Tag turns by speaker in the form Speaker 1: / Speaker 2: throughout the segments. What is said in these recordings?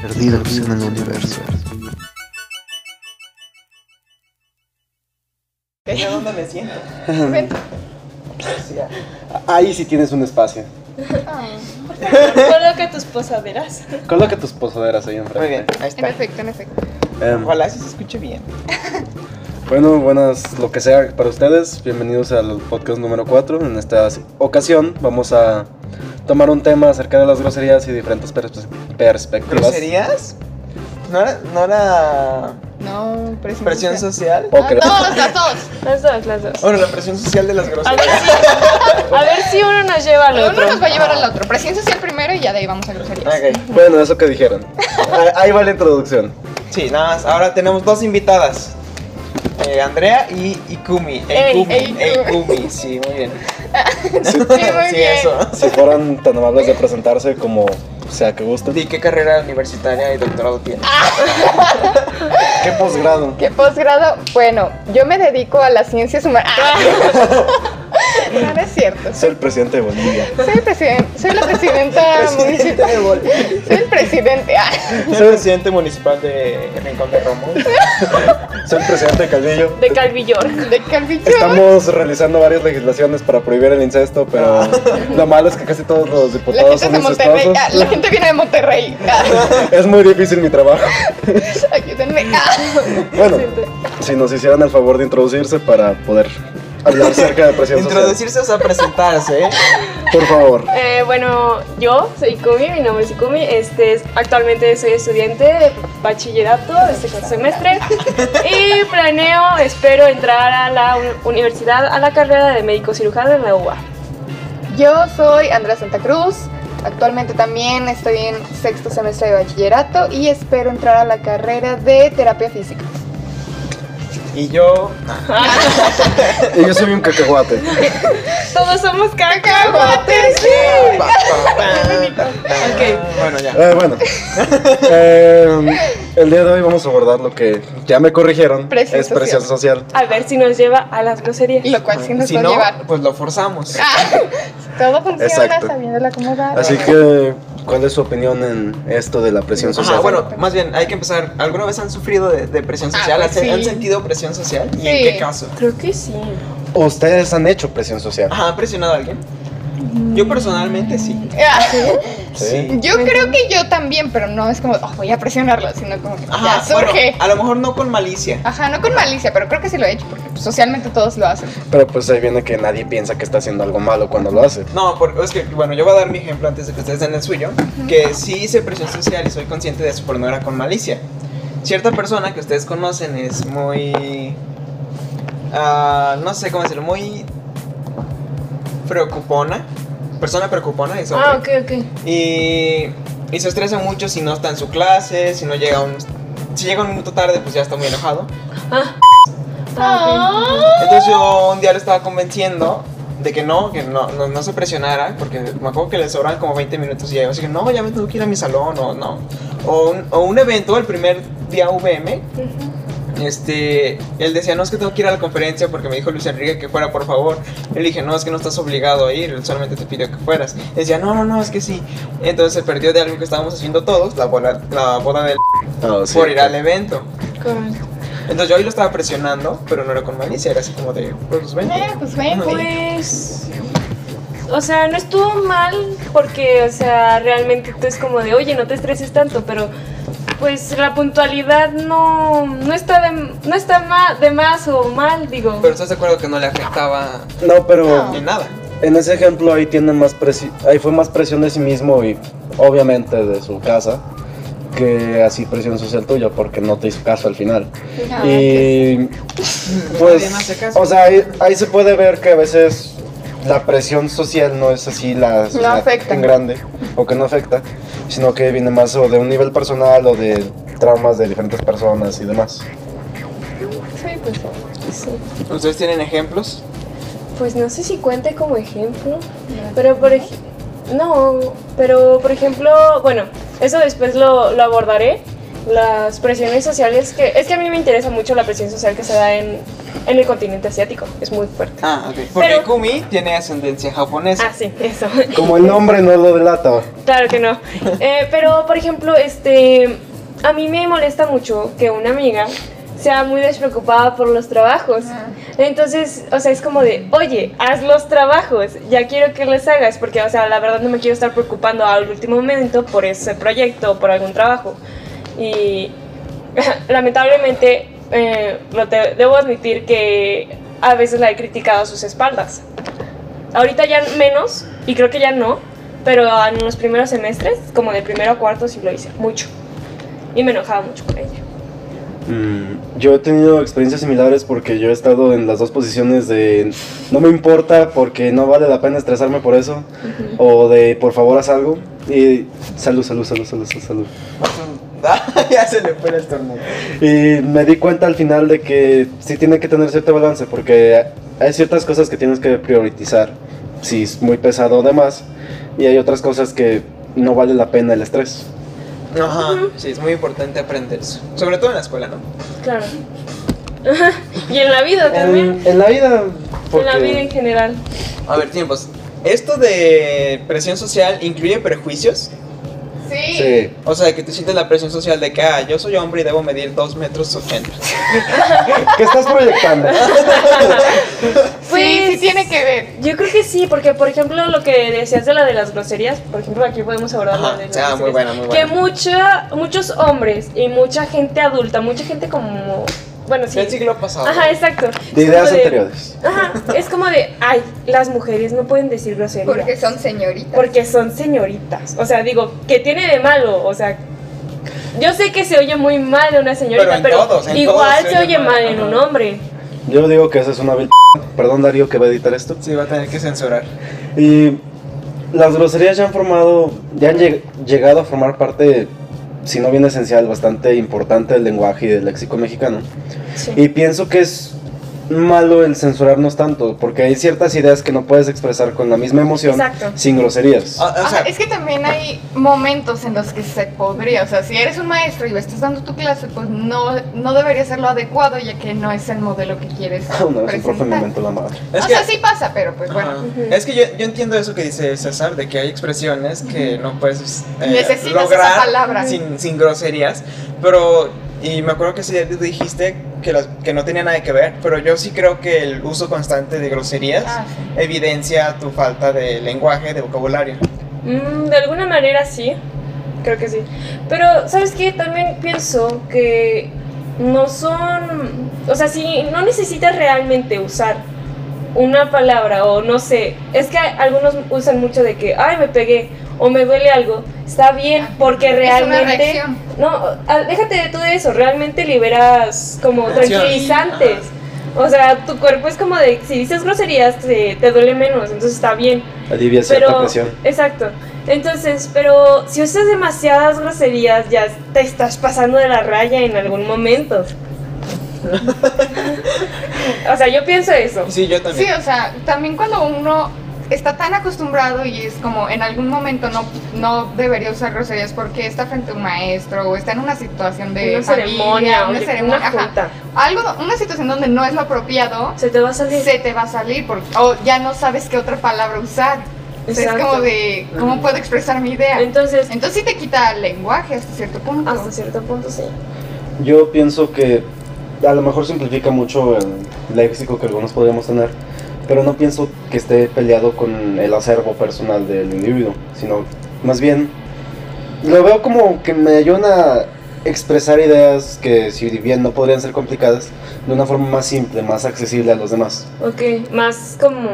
Speaker 1: perdidos en el universo.
Speaker 2: ¿Qué onda me siento?
Speaker 3: Ven.
Speaker 2: Sí, ahí sí tienes un espacio.
Speaker 4: Coloca tus posaderas.
Speaker 2: Coloca tus posaderas ahí enfrente.
Speaker 1: Muy bien, ahí
Speaker 3: En
Speaker 1: está.
Speaker 3: efecto, en efecto.
Speaker 2: Em,
Speaker 1: Ojalá se escuche bien.
Speaker 2: Bueno, buenas, lo que sea para ustedes. Bienvenidos al podcast número 4. En esta ocasión vamos a tomar un tema acerca de las groserías y diferentes perspe- perspectivas.
Speaker 1: ¿Groserías? ¿No era, no era
Speaker 3: No, presión.
Speaker 1: presión
Speaker 3: social.
Speaker 1: social?
Speaker 2: O cre-
Speaker 3: Ah, todos, a todos.
Speaker 4: Las dos, las dos.
Speaker 1: Bueno, la presión social de las
Speaker 4: A ver
Speaker 1: groserías.
Speaker 4: si, a ver si uno nos lleva al
Speaker 3: Uno
Speaker 4: otro.
Speaker 3: nos va a llevar al otro. Presión social primero y ya de ahí vamos a groserías.
Speaker 1: Ok,
Speaker 2: Bueno, eso que dijeron. Ah, Ahí va la introducción.
Speaker 1: sí, nada más. Ahora tenemos dos invitadas. Eh, Andrea y Ikumi.
Speaker 4: Ey,
Speaker 1: Ikumi,
Speaker 3: ey,
Speaker 1: Ikumi, sí, muy bien.
Speaker 2: Si,
Speaker 3: Sí, muy
Speaker 1: sí,
Speaker 3: bien.
Speaker 1: eso.
Speaker 2: si fueran tan amables de presentarse como sea que gusten.
Speaker 1: ¿Y qué carrera universitaria y doctorado tienes?
Speaker 2: ¿Qué posgrado?
Speaker 3: ¿Qué posgrado? Bueno, yo me dedico a las ciencias humanas.
Speaker 4: Ah.
Speaker 3: no, no es cierto.
Speaker 2: Soy el presidente de Bolivia.
Speaker 3: Soy, presiden- soy la presidenta municipal.
Speaker 1: de Bol.
Speaker 3: Soy el presidente. Ah,
Speaker 1: Soy presidente municipal de Rincón de Romo.
Speaker 2: Soy el presidente de Calvillo.
Speaker 4: De Calvillor.
Speaker 3: de Calvillo.
Speaker 2: Estamos realizando varias legislaciones para prohibir el incesto, pero lo malo es que casi todos los
Speaker 3: Ah. La
Speaker 2: diputados
Speaker 3: gente es
Speaker 2: son
Speaker 3: de Monterrey.
Speaker 2: incestuosos.
Speaker 3: Ah, la gente viene de Monterrey. Ah,
Speaker 2: Es muy difícil mi trabajo.
Speaker 3: ayúdenme. Ah,
Speaker 2: Bueno, si nos hicieran el favor de introducirse para poder hablar acerca de presión social.
Speaker 1: Introducirse, o sea, presentarse, ¿eh?
Speaker 2: Por favor.
Speaker 4: Eh, bueno, yo soy Ikumi, mi nombre es Ikumi. Este, es- actualmente soy estudiante de bachillerato de este cuarto semestre y planeo, espero entrar a la uni- universidad, a la carrera de médico cirujano en la UBA.
Speaker 3: Yo soy Andrea Santa Cruz. Actualmente también estoy en sexto semestre de bachillerato y espero entrar a la carrera de terapia física.
Speaker 1: Y yo.
Speaker 2: Y yo soy un cacahuate.
Speaker 4: Todos somos cacahuates.
Speaker 1: Pa, pa, pa, pa.
Speaker 4: Ok.
Speaker 1: Ah, Bueno, ya.
Speaker 2: Eh, bueno, Eh, el día de hoy vamos a abordar lo que ya me corrigieron.
Speaker 3: Presión
Speaker 2: es presión social.
Speaker 4: A ver si nos lleva a las groserías.
Speaker 3: Lo cual sí nos
Speaker 1: si
Speaker 3: va
Speaker 1: no,
Speaker 3: a llevar. Ah,
Speaker 1: pues lo forzamos.
Speaker 3: Todo funciona
Speaker 2: Exacto.
Speaker 3: sabiéndolo acomodar.
Speaker 2: Así que, ¿cuál es su opinión en esto de la presión social?
Speaker 1: Ajá, bueno, más bien, hay que empezar. ¿Alguna vez han sufrido de, de presión
Speaker 3: Ah,
Speaker 1: social?
Speaker 3: pues
Speaker 1: ¿Han- ¿Han
Speaker 3: sí.
Speaker 1: sentido presión social? ¿Y
Speaker 3: Sí.
Speaker 1: en qué caso?
Speaker 4: Creo que sí.
Speaker 2: ¿Ustedes han hecho presión social?
Speaker 1: Ajá, ¿han presionado a alguien? Yo personalmente sí.
Speaker 3: Ah,
Speaker 2: Sí.
Speaker 3: yo creo que yo también, pero no es como, "Oh, voy a presionarlo, sino como que
Speaker 1: Ajá,
Speaker 3: ya surge.
Speaker 1: Ah, bueno, a lo mejor no con malicia.
Speaker 3: Ajá, no con malicia, pero creo que sí lo he hecho, porque pues, socialmente todos lo hacen.
Speaker 2: Pero pues ahí viene que nadie piensa que está haciendo algo malo cuando lo hace.
Speaker 1: No, porque es que, bueno, yo voy a dar mi ejemplo antes de que ustedes den el suyo, que sí hice presión social y soy consciente de eso, pero no era con malicia. Cierta persona que ustedes conocen es muy... ah, no sé cómo decirlo, muy preocupona, persona preocupona y sobre-
Speaker 4: Ah, ok, ok.
Speaker 1: y, y se estresa mucho si no está en su clase, si no llega un... Si llega un minuto tarde, pues ya está muy enojado.
Speaker 4: Ah.
Speaker 1: Entonces yo un día lo estaba convenciendo de que no, que no, no, no se presionara, porque me acuerdo que le sobran como 20 minutos y yo así que no, ya me tengo que ir a mi salón o no. O un, o un evento, el primer día VM, este, él decía, no, es que tengo que ir a la conferencia porque me dijo Luis Enrique que fuera, por favor. Yo le dije, no, es que no estás obligado a ir, él solamente te pidió que fueras. Y decía, no, no, no, es que sí. Entonces se perdió de algo que estábamos haciendo todos, la boda, la boda del...
Speaker 2: Ah, sí.
Speaker 1: por ir al em- evento. Entonces yo ahí lo estaba presionando, pero no era con malicia, era así como de, pues vente.
Speaker 3: Eh, pues ven,
Speaker 1: Ajá.
Speaker 4: Pues. O sea, no estuvo mal porque, o sea, realmente tú es como de, oye, no te estreses tanto, pero pues la puntualidad no, no está, de, no está ma- de más o mal, digo.
Speaker 1: Pero estás de acuerdo que no le afectaba
Speaker 2: No, pero
Speaker 3: No.
Speaker 1: en nada.
Speaker 2: en ese ejemplo ahí tiene más presi- ahí fue más presión de sí mismo y obviamente de su casa que así presión social tuya porque no te hizo caso al final.
Speaker 3: Ah,
Speaker 1: Nadie me
Speaker 2: y
Speaker 1: hace
Speaker 2: pues
Speaker 1: caso.
Speaker 2: o sea, ahí, ahí se puede ver que a veces la presión social no es así la sociedad
Speaker 3: afecta.
Speaker 2: en grande o que no afecta, sino que viene más o de un nivel personal o de traumas de diferentes personas y demás.
Speaker 4: Sí, pues, sí.
Speaker 1: ¿Ustedes tienen ejemplos?
Speaker 4: Pues no sé si cuente como ejemplo, pero por ejemplo, no, pero por ejemplo, bueno, eso después lo, lo abordaré, las presiones sociales que... Es que a mí me interesa mucho la presión social que se da en, en el continente asiático, es muy fuerte.
Speaker 1: Ah, ok. Porque
Speaker 4: Pero-
Speaker 1: Kumi tiene ascendencia japonesa.
Speaker 4: Ah, sí, eso.
Speaker 2: Como el nombre no lo delata.
Speaker 4: Claro que no. Eh, pero, por ejemplo, este, a mí me molesta mucho que una amiga sea muy despreocupada por los trabajos.
Speaker 3: Ah.
Speaker 4: Entonces, o sea, es como de, oye, haz los trabajos, ya quiero que los hagas, porque, o sea, la verdad no me quiero estar preocupando al último momento por ese proyecto, por algún trabajo. Y lamentablemente, eh, lo te- debo admitir que a veces la he criticado a sus espaldas. Ahorita ya menos, y creo que ya no, pero en los primeros semestres, como de primero a cuarto, sí lo hice, mucho. Y me enojaba mucho con ella.
Speaker 2: Mm, yo he tenido experiencias similares porque yo he estado en las dos posiciones de no me importa porque no vale la pena estresarme por eso o de por favor haz algo y salud, salud, salud, salud, salud, salud.
Speaker 3: Ah,
Speaker 1: ya se le fue el estornudo.
Speaker 2: Y me di cuenta al final de que sí tiene que tener cierto balance porque hay ciertas cosas que tienes que priorizar si es muy pesado o demás y hay otras cosas que no vale la pena el estrés.
Speaker 1: Ajá. Sí, es muy importante aprender eso. Sobre todo en la escuela, ¿no?
Speaker 4: Claro. y en la vida
Speaker 2: En,
Speaker 4: también.
Speaker 2: en la vida,
Speaker 4: En la vida
Speaker 2: porque
Speaker 4: en general.
Speaker 1: A ver, tiempos. ¿Esto de presión social incluye prejuicios?
Speaker 3: Sí.
Speaker 2: sí.
Speaker 1: O sea, que tú sientes la presión social de que, ah, yo soy hombre y debo medir 2 metros 80.
Speaker 2: ¿Qué estás proyectando?
Speaker 3: Sí, sí,
Speaker 4: Pues-
Speaker 3: tiene que ver.
Speaker 4: Yo creo que sí, porque por ejemplo lo que decías de la de las groserías, por ejemplo aquí podemos abordar
Speaker 1: Ajá,
Speaker 4: la de las
Speaker 1: ah, muy
Speaker 4: groserías.
Speaker 1: buena, muy
Speaker 4: Que
Speaker 1: buena.
Speaker 4: mucha, muchos hombres y mucha gente adulta, mucha gente como... Bueno, sí.
Speaker 1: Del siglo pasado.
Speaker 4: Ajá, exacto.
Speaker 2: De ideas
Speaker 4: Como
Speaker 2: anteriores.
Speaker 4: Ajá, es como de, ay, las mujeres no pueden decir groserías.
Speaker 3: Porque son señoritas.
Speaker 4: Porque son señoritas. O sea, digo, ¿qué tiene de malo? O sea, yo sé que se oye muy mal en una
Speaker 1: Pero
Speaker 4: señorita,
Speaker 1: en
Speaker 4: pero,
Speaker 1: todos, en
Speaker 4: igual
Speaker 1: todos
Speaker 4: se, oye mal, en
Speaker 1: ajá.
Speaker 4: un hombre.
Speaker 2: Yo digo que esa es una vil... Perdón Darío que va a editar esto.
Speaker 1: Sí, va a tener que censurar.
Speaker 2: Y las groserías ya han formado, ya han lleg- llegado a formar parte, si no bien esencial, bastante importante del lenguaje y del léxico mexicano. Y pienso que es malo el censurarnos tanto, porque hay ciertas ideas que no puedes expresar con la misma emoción
Speaker 4: Exacto.
Speaker 2: sin groserías.
Speaker 1: Ah, o
Speaker 3: Ajá,
Speaker 1: sea,
Speaker 3: es que también hay momentos en los que se podría, o sea, si eres un maestro y lo estás dando tu clase, pues no, no debería ser lo adecuado ya que no es el modelo que quieres
Speaker 2: Una vez un profe me
Speaker 3: presentar.
Speaker 2: inventó la madre.
Speaker 1: es
Speaker 3: o
Speaker 1: que-
Speaker 3: sea, sí pasa, pero pues
Speaker 1: Ajá.
Speaker 3: bueno.
Speaker 4: Ujú.
Speaker 1: Es que yo, yo entiendo eso que dice César, de que hay expresiones que no puedes eh,
Speaker 3: Necesitas
Speaker 1: lograr
Speaker 3: esa palabra.
Speaker 1: Sin, sin groserías, pero, y me acuerdo que sí dijiste que, las, que no tenía nada que ver, pero yo sí creo que el uso constante de groserías
Speaker 3: Ah,
Speaker 1: evidencia tu falta de lenguaje, de vocabulario.
Speaker 4: Mm, de alguna manera sí, creo que sí. Pero, ¿sabes qué? También pienso que no son... O sea, si no necesitas realmente usar una palabra o no sé, es que algunos usan mucho de que, ay, me pegué o me duele algo, está bien porque
Speaker 3: Es una
Speaker 4: realmente...
Speaker 3: reacción.
Speaker 4: No, ah, déjate de todo eso, realmente liberas como
Speaker 1: Tensión.
Speaker 4: tranquilizantes. O sea, tu cuerpo es como de, si dices groserías, te, te duele menos, entonces está bien.
Speaker 2: Alivia cierta
Speaker 4: Pero,
Speaker 2: presión.
Speaker 4: exacto. Entonces, pero si usas demasiadas groserías, ya te estás pasando de la raya en algún momento. o sea, yo pienso eso.
Speaker 1: Sí, yo
Speaker 3: Sí,
Speaker 1: también.
Speaker 3: o sea, también cuando uno está tan acostumbrado y es como en algún momento no, no debería usar groserías porque está frente a un maestro o está en una situación de
Speaker 4: una
Speaker 3: familia,
Speaker 4: ceremonia,
Speaker 3: una
Speaker 4: oye,
Speaker 3: ceremonia,
Speaker 4: una
Speaker 3: ajá.
Speaker 4: junta.
Speaker 3: algo, una situación donde no es lo apropiado,
Speaker 4: Se te va a salir.
Speaker 3: se te va a salir porque o ya no sabes qué otra palabra usar. O sea, es
Speaker 4: Exacto.
Speaker 3: como de cómo puedo expresar mi idea.
Speaker 4: Entonces,
Speaker 3: Entonces sí te quita el lenguaje hasta cierto punto.
Speaker 4: hasta cierto punto sí.
Speaker 2: Yo pienso que a lo mejor simplifica mucho el léxico que algunos podríamos tener, pero no pienso que esté peleado con el acervo personal del individuo, sino más bien lo veo como que me ayuda a expresar ideas que si bien no podrían ser complicadas, de una forma más simple, más accesible a los demás,
Speaker 4: Ok, más como...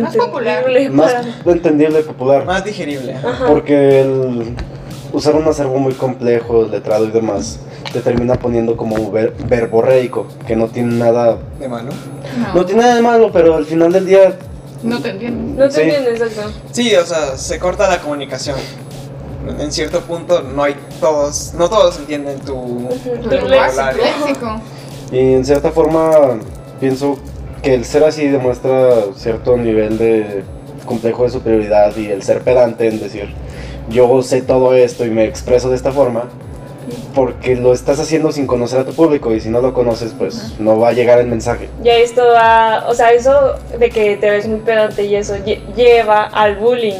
Speaker 3: Más popular.
Speaker 4: entendible
Speaker 2: más
Speaker 4: para-
Speaker 2: entendible y popular.
Speaker 1: Más digerible.
Speaker 4: Ajá.
Speaker 2: Porque el usar un acervo muy complejo, letrado y demás, te termina poniendo como ver- verborreico, que no tiene nada.
Speaker 1: De malo.
Speaker 3: No,
Speaker 2: No tiene nada de malo, pero al final del día.
Speaker 3: no te entiendo.
Speaker 4: No te
Speaker 2: sí,
Speaker 4: entiendo, exacto.
Speaker 1: Sí, o sea, se corta la comunicación. En cierto punto no hay todos, no todos entienden tu,
Speaker 4: Ujú.
Speaker 3: Tu
Speaker 4: Tu
Speaker 3: lenguaje, tu
Speaker 1: vocabulario.
Speaker 3: léxico.
Speaker 2: Y en cierta forma, pienso que el ser así demuestra cierto nivel de complejo de superioridad y el ser pedante en decir, yo sé todo esto y me expreso de esta forma, porque lo estás haciendo sin conocer a tu público y si no lo conoces, pues no va a llegar el mensaje.
Speaker 4: Ya esto va, o sea, eso de que te ves muy pedante y eso lle- lleva al bullying.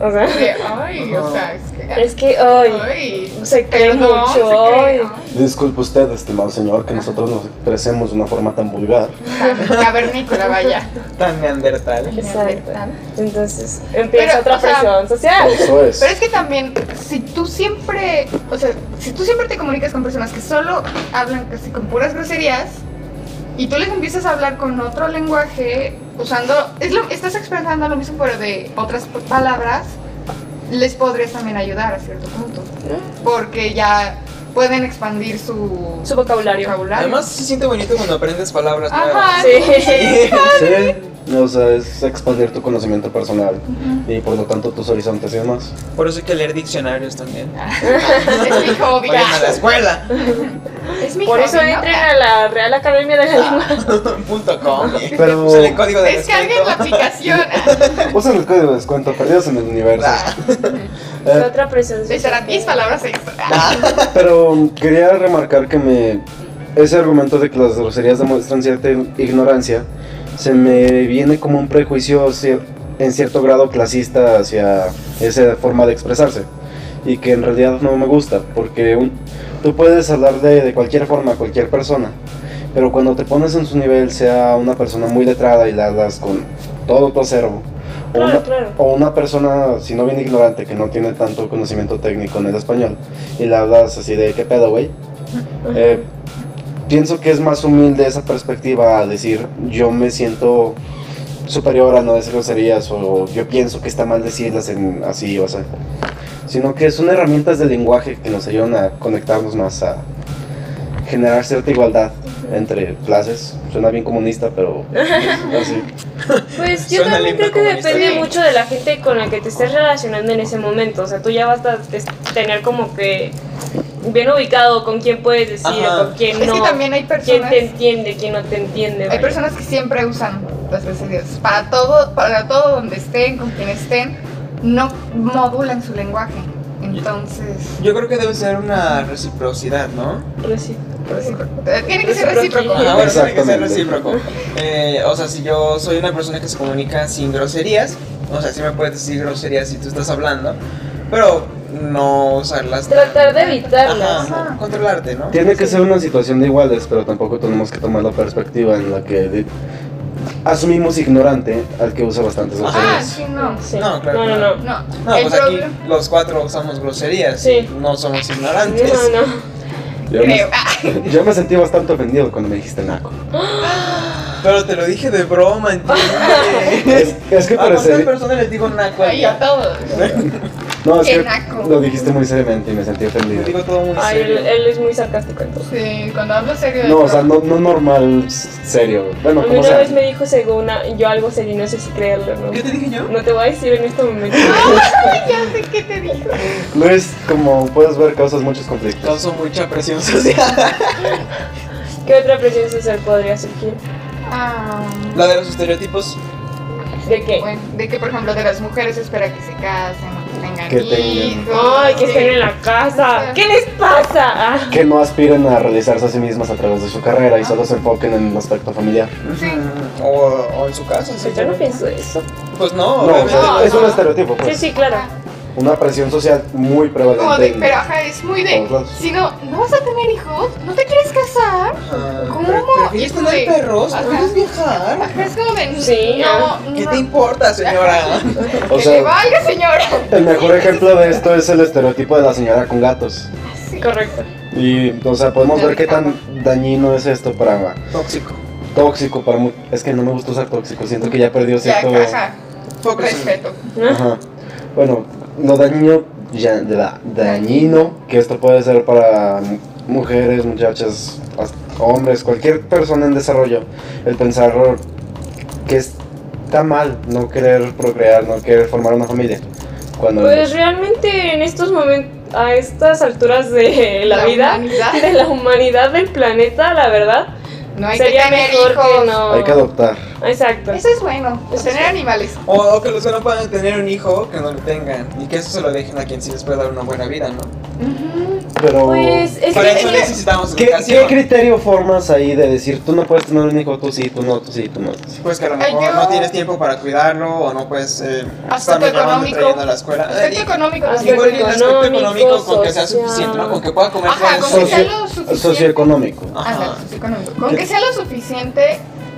Speaker 4: O sea,
Speaker 3: Sí, Ay, o sea, es que.
Speaker 4: es que hoy
Speaker 3: Ay,
Speaker 4: se cree
Speaker 3: perdón, se
Speaker 4: mucho.
Speaker 3: cree,
Speaker 4: ay.
Speaker 2: Disculpe usted, estimado señor, que nosotros nos expresemos de una forma tan vulgar.
Speaker 3: ay, Cavernícola, vaya.
Speaker 1: Tan neandertal.
Speaker 4: Exacto. Entonces empieza
Speaker 3: Pero,
Speaker 4: otra
Speaker 3: o sea,
Speaker 4: presión social.
Speaker 2: Eso es.
Speaker 3: Pero es que también, si tú siempre, o sea, si tú siempre te comunicas con personas que solo hablan casi con puras groserías y tú les empiezas a hablar con otro lenguaje, usando, es lo, estás expresando lo mismo pero de otras p- palabras, les podrías también ayudar a cierto punto, porque ya pueden expandir su,
Speaker 4: Su vocabulario.
Speaker 3: vocabulario.
Speaker 1: Además, se siente bonito cuando aprendes palabras
Speaker 3: Ajá,
Speaker 1: nuevas.
Speaker 4: Sí.
Speaker 2: Sí, o sea, es expandir tu conocimiento personal y por lo tanto tus horizontes y demás.
Speaker 1: Por eso hay que leer diccionarios también.
Speaker 3: es mi hobby.
Speaker 1: Vayan a la escuela.
Speaker 3: Es mi
Speaker 4: Por eso
Speaker 3: hobby, ¿no?
Speaker 4: entren a la Real Academia de la Lengua.
Speaker 1: Punto com.
Speaker 2: Pero-
Speaker 1: Usa el código de
Speaker 3: Descarguen la
Speaker 1: descuento.
Speaker 3: aplicación.
Speaker 2: Usan el código de descuento, perdidos en el universo.
Speaker 4: Es
Speaker 2: Eh,
Speaker 4: otra presión social.
Speaker 3: Les darán 10 palabras extra.
Speaker 2: pero um, quería remarcar que me. Ese argumento de que las groserías demuestran cierta ignorancia se me viene como un prejuicio cier- en cierto grado clasista hacia esa forma de expresarse y que en realidad no me gusta porque un- tú puedes hablar de, de cualquier forma a cualquier persona pero cuando te pones en su nivel sea una persona muy letrada y la hablas con todo tu acervo o,
Speaker 4: Claro,
Speaker 2: una,
Speaker 4: claro.
Speaker 2: o una persona si no bien ignorante que no tiene tanto conocimiento técnico en el español y la hablas así de qué pedo güey eh, pienso que es más humilde esa perspectiva a decir yo me siento superior a no decir groserías o yo pienso que está mal decirlas en, así o sea sino que son herramientas de lenguaje que nos ayudan a conectarnos más a generar cierta igualdad entre clases suena bien comunista pero es así
Speaker 4: Pues yo
Speaker 1: Suena
Speaker 4: también
Speaker 1: limpio
Speaker 4: creo que
Speaker 1: comunista.
Speaker 4: depende
Speaker 3: Sí.
Speaker 4: mucho de la gente con la que te estés relacionando en ese momento. O sea, tú ya vas a te- tener como que bien ubicado con quién puedes decir
Speaker 1: Ajá.
Speaker 4: o con quién
Speaker 3: Es
Speaker 4: no.
Speaker 3: que también hay
Speaker 4: quién
Speaker 3: personas.
Speaker 4: te entiende, quién no te entiende.
Speaker 3: Hay
Speaker 4: vaya.
Speaker 3: personas que siempre usan las groserías. Para todo, para todo donde estén, con quien estén, no modulan su lenguaje. Entonces,
Speaker 1: Yo creo que debe ser una reciprocidad, ¿no?
Speaker 4: Pero Pues sí.
Speaker 3: eh, tiene que ser recíproco.
Speaker 4: Recíproco.
Speaker 1: Ajá, bueno, tiene que ser
Speaker 2: Exactamente.
Speaker 1: recíproco. Eh, o sea, si yo soy una persona que se comunica sin groserías, o sea, sí me puedes decir groserías si tú estás hablando, pero no usarlas. tan-
Speaker 4: Tratar de evitarlas.
Speaker 1: Ajá, no, controlarte, ¿no?
Speaker 2: Tiene que ser una situación de iguales, pero tampoco tenemos que tomar la perspectiva en la que de- asumimos ignorante al que usa bastantes
Speaker 3: Ah,
Speaker 2: groserías.
Speaker 3: sí, no.
Speaker 4: Sí.
Speaker 1: No, claro,
Speaker 4: No, no,
Speaker 1: claro.
Speaker 4: no.
Speaker 3: No,
Speaker 1: No,
Speaker 3: el
Speaker 1: pues aquí
Speaker 3: problema.
Speaker 1: los cuatro usamos groserías,
Speaker 4: Sí.
Speaker 1: no somos ignorantes.
Speaker 4: No, no.
Speaker 2: yo,
Speaker 3: Creo.
Speaker 2: me, yo me sentí bastante ofendido cuando me dijiste naco.
Speaker 1: Pero te lo dije de broma, ¿entiendes?
Speaker 2: Es, es que
Speaker 1: A cuántas
Speaker 2: parece...
Speaker 1: personas les digo naco
Speaker 3: Ay, a
Speaker 1: allá.
Speaker 3: todos.
Speaker 2: No, es
Speaker 3: Qué
Speaker 2: que
Speaker 3: naco.
Speaker 2: lo dijiste muy seriamente y me sentí
Speaker 1: Le
Speaker 2: ofendido.
Speaker 1: digo todo muy
Speaker 4: Ay, él,
Speaker 1: serio.
Speaker 4: él es muy sarcástico entonces.
Speaker 3: Sí, cuando hablo serio. de
Speaker 2: No, o
Speaker 3: todo.
Speaker 2: sea, no, no normal, s- serio.
Speaker 4: A
Speaker 2: Bueno,
Speaker 4: mí
Speaker 2: como pues,
Speaker 4: una
Speaker 2: sea.
Speaker 4: vez me dijo Seguna, yo algo serio, no sé si creerlo o no.
Speaker 1: ¿Qué te dije yo?
Speaker 4: No te voy a decir en este momento.
Speaker 3: Ya sé qué te dijo.
Speaker 2: Luis, como puedes ver, causas muchos conflictos.
Speaker 1: Causo mucha presión social.
Speaker 4: ¿Qué otra presión social podría surgir?
Speaker 3: Ah,
Speaker 1: La de los estereotipos.
Speaker 4: ¿De qué?
Speaker 3: bueno, de que, por ejemplo, de las mujeres se espera que se casen, o que tengan
Speaker 2: Que tengan.
Speaker 3: hijos.
Speaker 4: Ay, que
Speaker 3: sí.
Speaker 4: estén en la casa. ¿Qué les pasa? Ah.
Speaker 2: Que no aspiren a realizarse a sí mismas a través de su carrera y solo se enfoquen en el aspecto familiar.
Speaker 3: Sí.
Speaker 1: Ujú. mm, O, o en su casa, sí.
Speaker 4: Pues yo no pienso eso.
Speaker 1: Pues no,
Speaker 2: No, o
Speaker 1: obviamente.
Speaker 2: sea,
Speaker 3: No,
Speaker 2: es un
Speaker 3: no.
Speaker 2: estereotipo,
Speaker 4: Sí,
Speaker 2: pues.
Speaker 4: sí, claro.
Speaker 2: Una presión social muy prevalente.
Speaker 3: Como de,
Speaker 2: en-
Speaker 3: pero ajá, es muy de.
Speaker 2: Todos lados.
Speaker 3: Si no, no vas a tener hijos, no te quieres casar.
Speaker 1: Ajá.
Speaker 3: ¿Cómo?
Speaker 1: Pero- pero ¿Quieres
Speaker 3: Hijo de-
Speaker 1: Ah, tener perros?
Speaker 3: Ajá.
Speaker 1: ¿Puedes viajar?
Speaker 3: Ajá, es como de.
Speaker 4: Sí,
Speaker 3: no, no.
Speaker 1: ¿Qué te importa, señora?
Speaker 2: O
Speaker 3: que
Speaker 2: sea-
Speaker 3: le valga, señora.
Speaker 2: El mejor ejemplo de esto es el estereotipo de la señora con gatos.
Speaker 3: Sí.
Speaker 4: Correcto.
Speaker 2: Y, o sea, podemos ver qué tan dañino es esto para
Speaker 1: Tóxico.
Speaker 2: tóxico, para mu- es que no me gusta usar tóxico, siento que ya perdió
Speaker 3: Ya,
Speaker 2: cierto.
Speaker 3: ajá.
Speaker 4: Pues
Speaker 1: Poco
Speaker 3: Respeto.
Speaker 2: Ajá. Bueno, lo dañino, ya, de la- dañino que esto puede ser para mu- mujeres, muchachas, hasta hombres, cualquier persona en desarrollo, el pensar que está mal no querer procrear, no querer formar una familia. Cuando
Speaker 4: Pues realmente en estos momentos, a estas alturas de la, vida,
Speaker 3: humanidad.
Speaker 4: de la humanidad del planeta, la verdad,
Speaker 3: No hay
Speaker 4: sería
Speaker 3: que tener
Speaker 4: mejor
Speaker 3: hijos.
Speaker 4: que no.
Speaker 2: hay que adoptar.
Speaker 4: Exacto.
Speaker 3: Eso es bueno,
Speaker 4: Eso es
Speaker 3: tener animales.
Speaker 1: O, o que los que no puedan tener un hijo, que no lo tengan. Y que eso se lo dejen a quien sí les puede dar una buena vida, ¿no?
Speaker 3: Ujú.
Speaker 2: Pero.
Speaker 4: Pues es
Speaker 1: Para
Speaker 4: que
Speaker 1: eso necesitamos
Speaker 2: ¿Qué,
Speaker 1: educación.
Speaker 2: qué criterio formas ahí de decir tú no puedes tener un hijo, tú sí, tú no, tú sí, tú no? tú sí"?
Speaker 1: Pues que a lo
Speaker 3: Ay,
Speaker 1: mejor
Speaker 3: yo-
Speaker 1: no tienes tiempo para cuidarlo o no puedes eh, estarlo llevando
Speaker 3: Aspecto
Speaker 1: y
Speaker 3: económico.
Speaker 1: trayendo a la escuela.
Speaker 3: Aspecto
Speaker 1: Eh,
Speaker 3: económico.
Speaker 4: Así
Speaker 3: ¿no?
Speaker 1: Igual el aspecto
Speaker 4: Económico,
Speaker 1: económico con que sea
Speaker 4: social.
Speaker 1: suficiente, ¿no? Con que pueda comer
Speaker 3: Ajá,
Speaker 1: con
Speaker 3: con
Speaker 1: eso.
Speaker 3: que sea lo suficiente.
Speaker 2: socioeconómico.
Speaker 1: Ajá.
Speaker 3: Ajá, socioeconómico. Con que sea lo suficiente,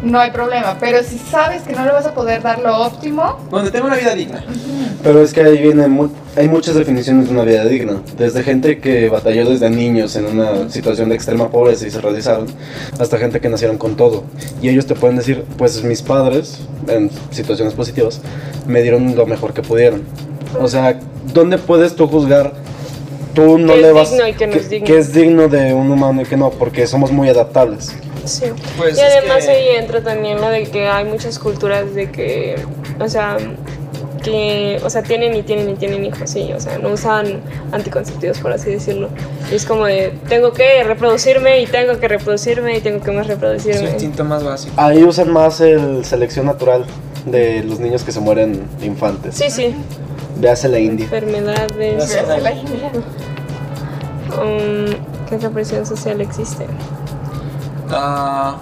Speaker 3: no hay problema. Pero si sabes que no le vas a poder dar lo óptimo,
Speaker 1: Donde tenga una vida digna.
Speaker 2: Pero es que ahí viene mu- hay muchas definiciones de una vida digna. Desde gente que batalló desde niños en una situación de extrema pobreza y se realizaron, hasta gente que nacieron con todo. Y ellos te pueden decir, pues mis padres, en situaciones positivas, me dieron lo mejor que pudieron. O sea, ¿dónde puedes tú juzgar? Tú no
Speaker 4: Que es
Speaker 2: le vas
Speaker 4: digno y que no es digno.
Speaker 2: es digno de un humano y que no, porque somos muy adaptables.
Speaker 4: Sí.
Speaker 1: Pues
Speaker 4: y
Speaker 1: es
Speaker 4: además
Speaker 1: que-
Speaker 4: ahí entra también lo de que hay muchas culturas de que, o sea, que, o sea, tienen y tienen y tienen hijos, sí, o sea, no usan anticonceptivos, por así decirlo. Y es como de, tengo que reproducirme y tengo que reproducirme y tengo que más
Speaker 1: Es un
Speaker 4: reproducirme.
Speaker 1: instinto más básico.
Speaker 2: Ahí usan más el selección natural de los niños que se mueren infantes.
Speaker 4: Sí, sí,
Speaker 2: Véase la India.
Speaker 1: Las-
Speaker 4: enfermedades.
Speaker 1: Sí.
Speaker 3: se la genera.
Speaker 4: um, ¿Qué otra presión social existe?
Speaker 1: Ah,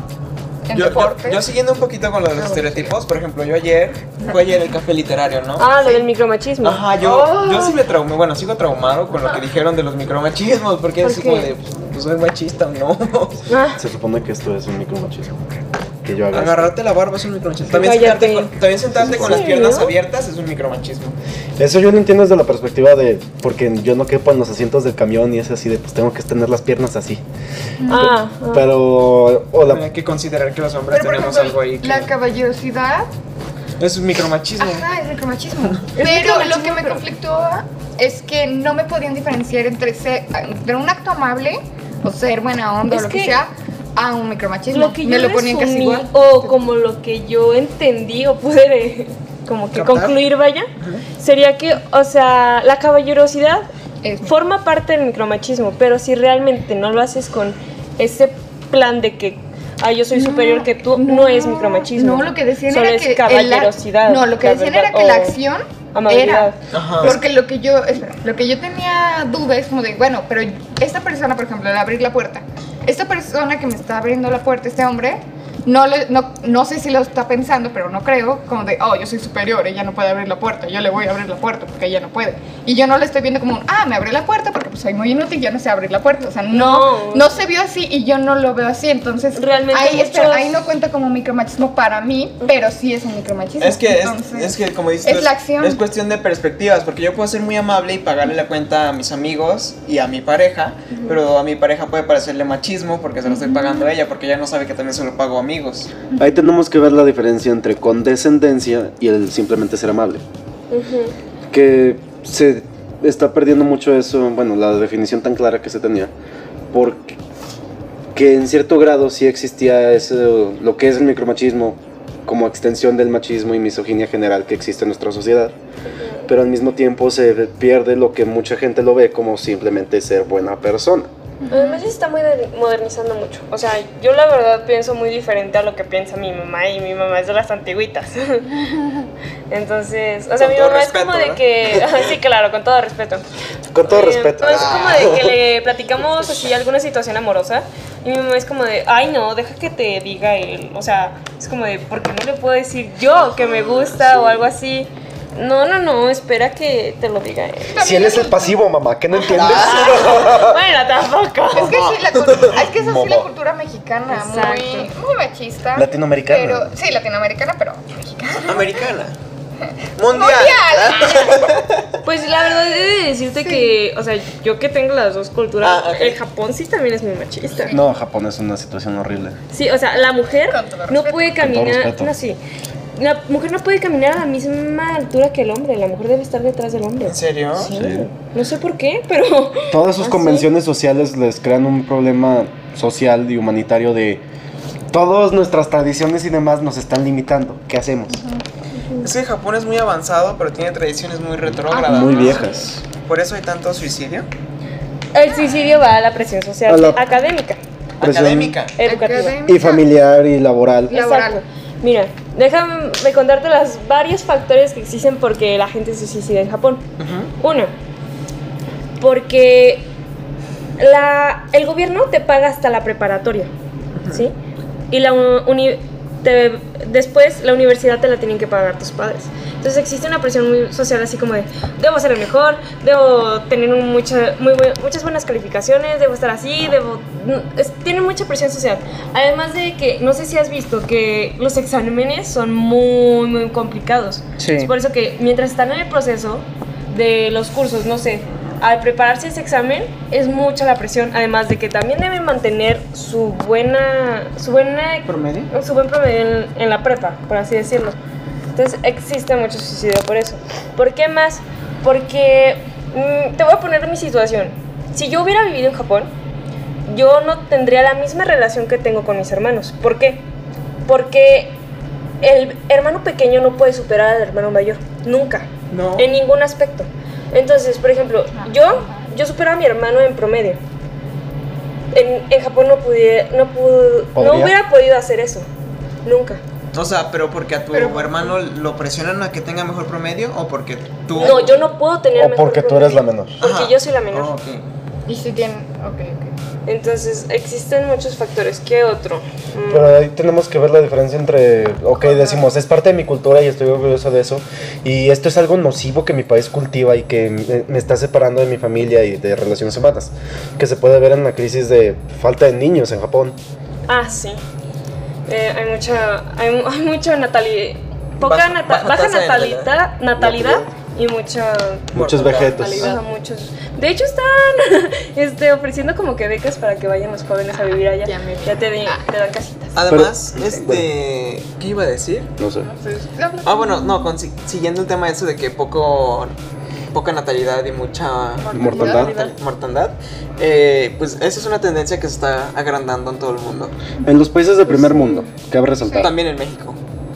Speaker 3: En
Speaker 1: yo, yo,
Speaker 3: deportes. Ah,
Speaker 1: yo siguiendo un poquito con los estereotipos, por ejemplo, yo ayer fue ayer el café literario, ¿no?
Speaker 4: Ah, lo del micromachismo.
Speaker 1: Ajá, yo, yo sí me traumé, bueno, sigo traumado con lo que dijeron de los micromachismos, porque
Speaker 4: ¿Por
Speaker 1: es como
Speaker 4: qué?
Speaker 1: de, pues soy machista, ¿no?
Speaker 4: Ah,
Speaker 2: Se supone que esto es un micromachismo. Que yo haga.
Speaker 1: Agarrarte la barba es un micromachismo. También sentarte,
Speaker 4: Cállate.
Speaker 1: con, también sentarte con las
Speaker 4: ¿En serio?
Speaker 1: piernas abiertas es un micromachismo.
Speaker 2: esto. Eso yo lo entiendo desde la perspectiva de. Porque yo no quepo en los asientos del camión y es así de, pues tengo que tener las piernas así.
Speaker 4: ah,
Speaker 1: Pues
Speaker 4: ah.
Speaker 2: Pero. O
Speaker 1: Hay
Speaker 2: la,
Speaker 1: que considerar que los hombres
Speaker 3: Pero por
Speaker 1: tenemos
Speaker 3: ejemplo,
Speaker 1: algo ahí. Que
Speaker 3: la caballerosidad,
Speaker 1: Es un micromachismo.
Speaker 3: ajá, es micromachismo. Pero lo que me conflictúa es que no me podían diferenciar entre, ser- entre un acto amable o ser buena onda
Speaker 4: Es
Speaker 3: o lo que,
Speaker 4: que
Speaker 3: sea a un micromachismo.
Speaker 4: lo que yo
Speaker 3: me Pues lo ponían casi
Speaker 4: resumí,
Speaker 3: igual.
Speaker 4: o como lo que yo entendí o pude eh, como que
Speaker 1: Captar.
Speaker 4: concluir vaya sería que o sea la caballerosidad
Speaker 3: Es-
Speaker 4: forma parte del micromachismo pero si realmente no lo haces con ese plan de que ah yo soy superior que tú no, es micromachismo
Speaker 3: No, lo que decían
Speaker 4: solo
Speaker 3: era
Speaker 4: es
Speaker 3: que el ac-
Speaker 4: caballerosidad
Speaker 3: no, lo que
Speaker 4: la
Speaker 3: decían
Speaker 4: verdad,
Speaker 3: era que la
Speaker 4: o
Speaker 3: acción
Speaker 4: amabilidad.
Speaker 3: era
Speaker 1: Ajá.
Speaker 3: Porque lo que yo, espera, lo que yo tenía duda es como de, bueno, pero esta persona, por ejemplo, al abrir la puerta, esta persona que me está abriendo la puerta, este hombre, no, le- no, no sé si lo está pensando, pero no creo, como de, oh, yo soy superior, ella no puede abrir la puerta, yo le voy a abrir la puerta porque ella no puede. Y yo no le estoy viendo como, un, ah, me abrió la puerta porque pues soy muy inútil, yo no sé abrir la puerta. O sea, no,
Speaker 4: No.
Speaker 3: no, se vio así y yo no lo veo así, entonces
Speaker 4: Realmente
Speaker 3: ahí, espera,
Speaker 4: muchos-
Speaker 3: ahí no cuenta como micromachismo para mí, pero sí es un micromachismo.
Speaker 1: Es que, es,
Speaker 3: Entonces-
Speaker 1: es que como dices,
Speaker 3: es
Speaker 1: tú,
Speaker 3: la acción.
Speaker 1: es cuestión de perspectivas, porque yo puedo ser muy amable y pagarle la cuenta a mis amigos y a mi pareja, pero a mi pareja puede parecerle machismo porque se lo estoy pagando a ella, porque ella no sabe que también se lo pago a amigos.
Speaker 2: ahí tenemos que ver la diferencia entre condescendencia y el simplemente ser amable.
Speaker 4: Ujú.
Speaker 2: que se está perdiendo mucho eso, bueno, la definición tan clara que se tenía, porque que en cierto grado sí existía eso, lo que es el micromachismo como extensión del machismo y misoginia general que existe en nuestra sociedad, pero al mismo tiempo se pierde lo que mucha gente lo ve como simplemente ser buena persona.
Speaker 4: Además se está muy de- modernizando mucho. O sea, yo la verdad pienso muy diferente a lo que piensa mi mamá y mi mamá es de las antigüitas. Entonces, o sea,
Speaker 1: Con
Speaker 4: mi
Speaker 1: todo
Speaker 4: mamá
Speaker 1: respeto,
Speaker 4: es como de
Speaker 1: ¿no?
Speaker 4: que... sí, claro, con todo respeto.
Speaker 2: Con todo
Speaker 4: Eh,
Speaker 2: respeto.
Speaker 4: no, es como de que le platicamos así alguna situación amorosa y mi mamá es como de, ay no, deja que te diga él. O sea, es como de, ¿por qué no le puedo decir yo que me gusta o algo así? No, no, no, espera que te lo diga él.
Speaker 2: Si él es el pasivo, mamá, ¿qué no entiendes?
Speaker 4: bueno, tampoco.
Speaker 3: Es que sí, la cultura, es que es así la
Speaker 2: Momo.
Speaker 3: cultura mexicana, muy,
Speaker 4: Exacto.
Speaker 3: muy machista.
Speaker 2: Latinoamericana.
Speaker 3: Pero, sí, latinoamericana, pero mexicana.
Speaker 1: Americana.
Speaker 2: Ah.
Speaker 3: Mundial.
Speaker 4: Pues la verdad he de decirte que, o sea, yo que tengo las dos culturas,
Speaker 1: Ah, ok.
Speaker 4: el Japón sí también es muy machista.
Speaker 2: No, Japón es una situación horrible.
Speaker 4: Sí, o sea, la mujer
Speaker 3: Con todo
Speaker 4: no
Speaker 3: respeto.
Speaker 4: puede
Speaker 2: Con todo
Speaker 4: caminar,
Speaker 2: respeto.
Speaker 4: no sí. La mujer no puede caminar a la misma altura que el hombre, la mujer debe estar detrás del hombre.
Speaker 1: ¿En serio?
Speaker 4: Sí.
Speaker 2: Sí.
Speaker 4: No sé por qué, pero
Speaker 2: Todas sus
Speaker 4: ¿Ah, sí?
Speaker 2: convenciones sociales les crean un problema social y humanitario de todas nuestras tradiciones y demás nos están limitando. ¿Qué hacemos?
Speaker 1: Es que Japón es muy avanzado, pero tiene tradiciones muy retrógradas.
Speaker 2: Muy
Speaker 1: ¿no?
Speaker 2: viejas.
Speaker 1: Por eso hay tanto suicidio.
Speaker 4: el suicidio va a la presión social
Speaker 2: A la-
Speaker 4: académica,
Speaker 1: Pues
Speaker 2: Presión
Speaker 1: Académica.
Speaker 4: educativa.
Speaker 2: Y familiar y laboral.
Speaker 3: Laboral.
Speaker 4: Exacto. Mira, déjame contarte los varios factores que existen porque la gente se suicida en Japón.
Speaker 1: Ujú.
Speaker 4: Uno, porque la, el gobierno te paga hasta la preparatoria, ¿sí? Y la uni- te- después la universidad te la tienen que pagar tus padres. Entonces existe una presión muy social así como de, debo ser el mejor, debo tener un mucha- muy bu- muchas buenas calificaciones, debo estar así, debo... es- tiene mucha presión social. Además de que, no sé si has visto que los exámenes son muy, muy complicados.
Speaker 1: Sí.
Speaker 4: Es por eso que mientras están en el proceso de los cursos, no sé, al prepararse ese examen es mucha la presión, además de que también deben mantener su buena su buena
Speaker 1: ¿Promedio?
Speaker 4: su buen promedio en, en la prepa, por así decirlo. Entonces existe mucho suicidio por eso. ¿Por qué más? Porque mm, te voy a poner mi situación. Si yo hubiera vivido en Japón, yo no tendría la misma relación que tengo con mis hermanos. ¿Por qué? Porque el hermano pequeño no puede superar al hermano mayor. Nunca.
Speaker 1: No.
Speaker 4: En ningún aspecto. Entonces, por ejemplo, yo, yo supero a mi hermano en promedio. En, en Japón no pude, no pudo, no
Speaker 2: ¿Podría?
Speaker 4: hubiera podido hacer eso. Nunca.
Speaker 1: O sea, pero porque a tu
Speaker 3: Pero-
Speaker 1: hermano lo presionan a que tenga mejor promedio o porque tú.
Speaker 4: No, yo no puedo tener
Speaker 2: O
Speaker 4: mejor
Speaker 2: porque tú eres la menor.
Speaker 4: porque
Speaker 1: Ajá.
Speaker 4: yo soy la menor.
Speaker 1: Oh, ok.
Speaker 3: Y si tienen. Ok, ok.
Speaker 4: Entonces, existen muchos factores. ¿Qué otro? Mm,
Speaker 2: Pero ahí tenemos que ver la diferencia entre, ok, decimos, es parte de mi cultura y estoy orgulloso de eso, y esto es algo nocivo que mi país cultiva y que me- me está separando de mi familia y de relaciones humanas, que se puede ver en la crisis de falta de niños en Japón.
Speaker 4: Ah, sí. Eh, hay mucha, hay, mu- hay mucha natalidad. Poca
Speaker 1: Baja-
Speaker 4: nata-
Speaker 1: baja
Speaker 4: baja
Speaker 1: tasa de
Speaker 4: natalidad, natalidad y mucha
Speaker 2: Muchos
Speaker 1: Mortalidad.
Speaker 2: vejetos.
Speaker 4: Ajá, muchos. De hecho están este, ofreciendo como que becas para que vayan los jóvenes a vivir allá.
Speaker 3: Ya me vi.
Speaker 4: Ya te, di- te dan casitas.
Speaker 1: Además,
Speaker 2: Pero-
Speaker 1: este. ¿Qué iba a decir?
Speaker 2: No sé.
Speaker 3: Entonces,
Speaker 1: Ah, bueno, no, con- si- siguiendo el tema de eso de que poco. Poca natalidad y mucha
Speaker 2: Mortandad.
Speaker 1: mortal- mortandad, eh, pues esa es una tendencia que se está agrandando en todo el mundo.
Speaker 2: En los países del primer mundo, cabe resaltar.
Speaker 1: También en México.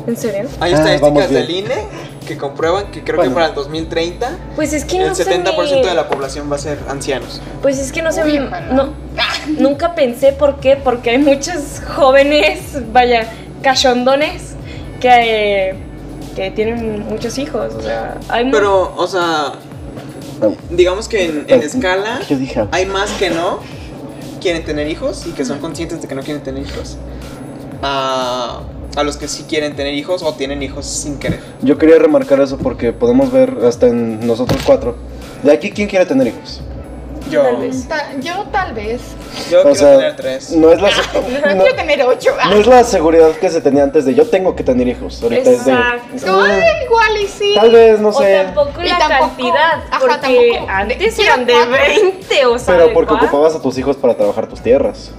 Speaker 4: ¿En serio?
Speaker 1: Hay
Speaker 2: Ah, vamos
Speaker 1: estadísticas
Speaker 2: bien.
Speaker 1: del INE que comprueban que creo
Speaker 2: Bueno.
Speaker 1: que para el 2030
Speaker 4: Pues es que
Speaker 1: el
Speaker 4: no sé
Speaker 1: 70%
Speaker 4: ni-
Speaker 1: de la población va a ser ancianos.
Speaker 4: Pues es que no sé,
Speaker 3: Uy,
Speaker 4: no-
Speaker 3: ojalá.
Speaker 4: no, nunca pensé por qué, porque hay muchos jóvenes, vaya, cachondones que, eh, que tienen muchos hijos, o sea, hay mu-
Speaker 1: Pero, o sea, digamos que en, en escala
Speaker 2: eh, ¿Qué dije?
Speaker 1: hay más que no quieren tener hijos y que son conscientes de que no quieren tener hijos. A, a los que sí quieren tener hijos o tienen hijos sin querer.
Speaker 2: Yo quería remarcar eso porque podemos ver hasta en nosotros cuatro. De aquí, ¿quién quiere tener hijos?
Speaker 1: Yo,
Speaker 4: Tal vez.
Speaker 3: ta- yo tal vez.
Speaker 1: yo quiero
Speaker 2: o sea,
Speaker 1: tener tres. Ah,
Speaker 2: no es la...
Speaker 3: Yo
Speaker 2: no-
Speaker 3: quiero tener ocho. Ah,
Speaker 2: No es la seguridad que se tenía antes de yo tengo que tener hijos. Ahorita es de.
Speaker 4: Exacto.
Speaker 3: no, igual y sí.
Speaker 2: Tal vez, no
Speaker 4: o
Speaker 2: sé.
Speaker 4: tampoco
Speaker 3: Y
Speaker 4: la
Speaker 3: tampoco-
Speaker 4: cantidad,
Speaker 3: ajá,
Speaker 4: porque
Speaker 3: tampoco-
Speaker 4: antes
Speaker 3: quiero
Speaker 4: eran de
Speaker 3: cuatro.
Speaker 4: 20, o sea,
Speaker 2: Pero
Speaker 4: de
Speaker 2: porque
Speaker 4: cuatro.
Speaker 2: ocupabas a tus hijos para trabajar tus tierras.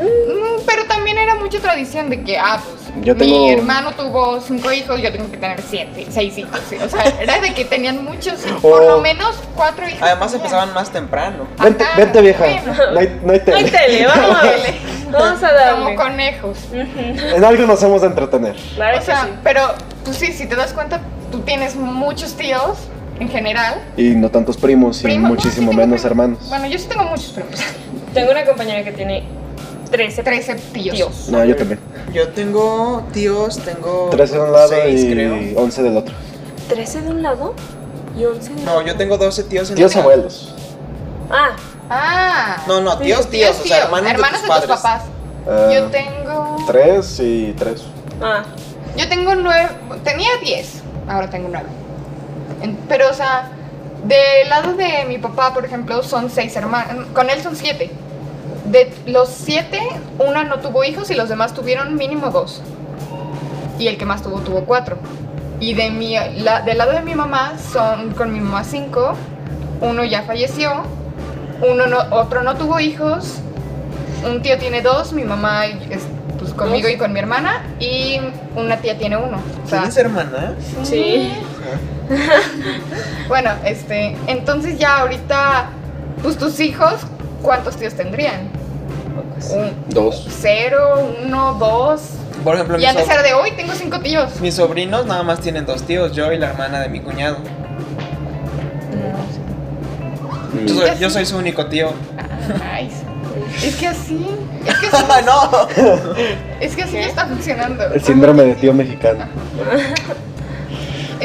Speaker 3: Mm, Pero también era mucha tradición de que, ah, pues,
Speaker 2: Yo tengo-
Speaker 3: mi hermano tuvo cinco hijos, yo tengo que tener siete, seis hijos. sí. O sea, era de que tenían muchos, por
Speaker 2: Oh.
Speaker 3: lo menos cuatro hijos.
Speaker 1: Además
Speaker 3: tenían.
Speaker 1: empezaban más temprano.
Speaker 3: Ajá,
Speaker 2: Vente, vente vieja.
Speaker 3: bueno.
Speaker 2: No hay, no hay tele.
Speaker 4: Ay, tele, vamos. vamos a
Speaker 3: Como
Speaker 4: darle.
Speaker 3: conejos.
Speaker 2: En algo nos hemos de entretener.
Speaker 4: Claro
Speaker 3: O
Speaker 4: que
Speaker 3: sea,
Speaker 4: sí.
Speaker 3: pero, pues sí, si te das cuenta, tú tienes muchos tíos en general.
Speaker 2: Y no tantos primos y
Speaker 3: Primos, no,
Speaker 2: muchísimo
Speaker 3: sí tengo
Speaker 2: menos
Speaker 3: primos.
Speaker 2: hermanos.
Speaker 3: Bueno, yo sí tengo muchos primos.
Speaker 4: Tengo una compañera que tiene 13
Speaker 3: Trece tíos.
Speaker 4: tíos.
Speaker 2: No, yo también.
Speaker 1: Yo tengo tíos, tengo
Speaker 2: Tres de un lado
Speaker 1: Oh, seis,
Speaker 2: y
Speaker 1: creo.
Speaker 2: once del otro.
Speaker 4: 13 de un lado y 11 de
Speaker 1: No, yo tengo 12 tíos en
Speaker 2: Tíos
Speaker 1: total.
Speaker 2: abuelos.
Speaker 4: Ah,
Speaker 3: Ah.
Speaker 1: No, no, tíos, tíos, o sea, hermanos,
Speaker 3: hermanos
Speaker 1: de tus padres.
Speaker 3: papás.
Speaker 2: Ah,
Speaker 3: Yo tengo.
Speaker 2: Tres y tres.
Speaker 4: ah.
Speaker 3: Yo tengo nueve. Tenía diez. Ahora tengo nueve. En- Pero, o sea, del lado de mi papá, por ejemplo, son seis hermanos. Con él son siete. De los siete, una no tuvo hijos y los demás tuvieron mínimo dos. Y el que más tuvo, tuvo cuatro. Y de mi, la- del lado de mi mamá, son con mi mamá cinco. Uno ya falleció. Uno no, otro no tuvo hijos. Un tío tiene dos. Mi mamá es pues, conmigo y con mi hermana. Y una tía tiene uno. O sea,
Speaker 1: ¿Tienes hermana?
Speaker 4: Sí.
Speaker 3: bueno, este, entonces ya ahorita, pues tus hijos, ¿cuántos tíos tendrían? Un-
Speaker 2: Dos.
Speaker 3: cero, uno, dos.
Speaker 1: Por ejemplo,
Speaker 3: Y
Speaker 1: mis,
Speaker 3: antes
Speaker 1: so-
Speaker 3: era de hoy, tengo cinco tíos.
Speaker 1: mis sobrinos nada más tienen dos tíos, yo y la hermana de mi cuñado. Yo
Speaker 2: Mm.
Speaker 1: soy, yo soy su único tío.
Speaker 3: Nice. Es que así, es que así,
Speaker 1: no.
Speaker 3: es que así ya está funcionando.
Speaker 2: El síndrome de tío mexicano.
Speaker 3: Es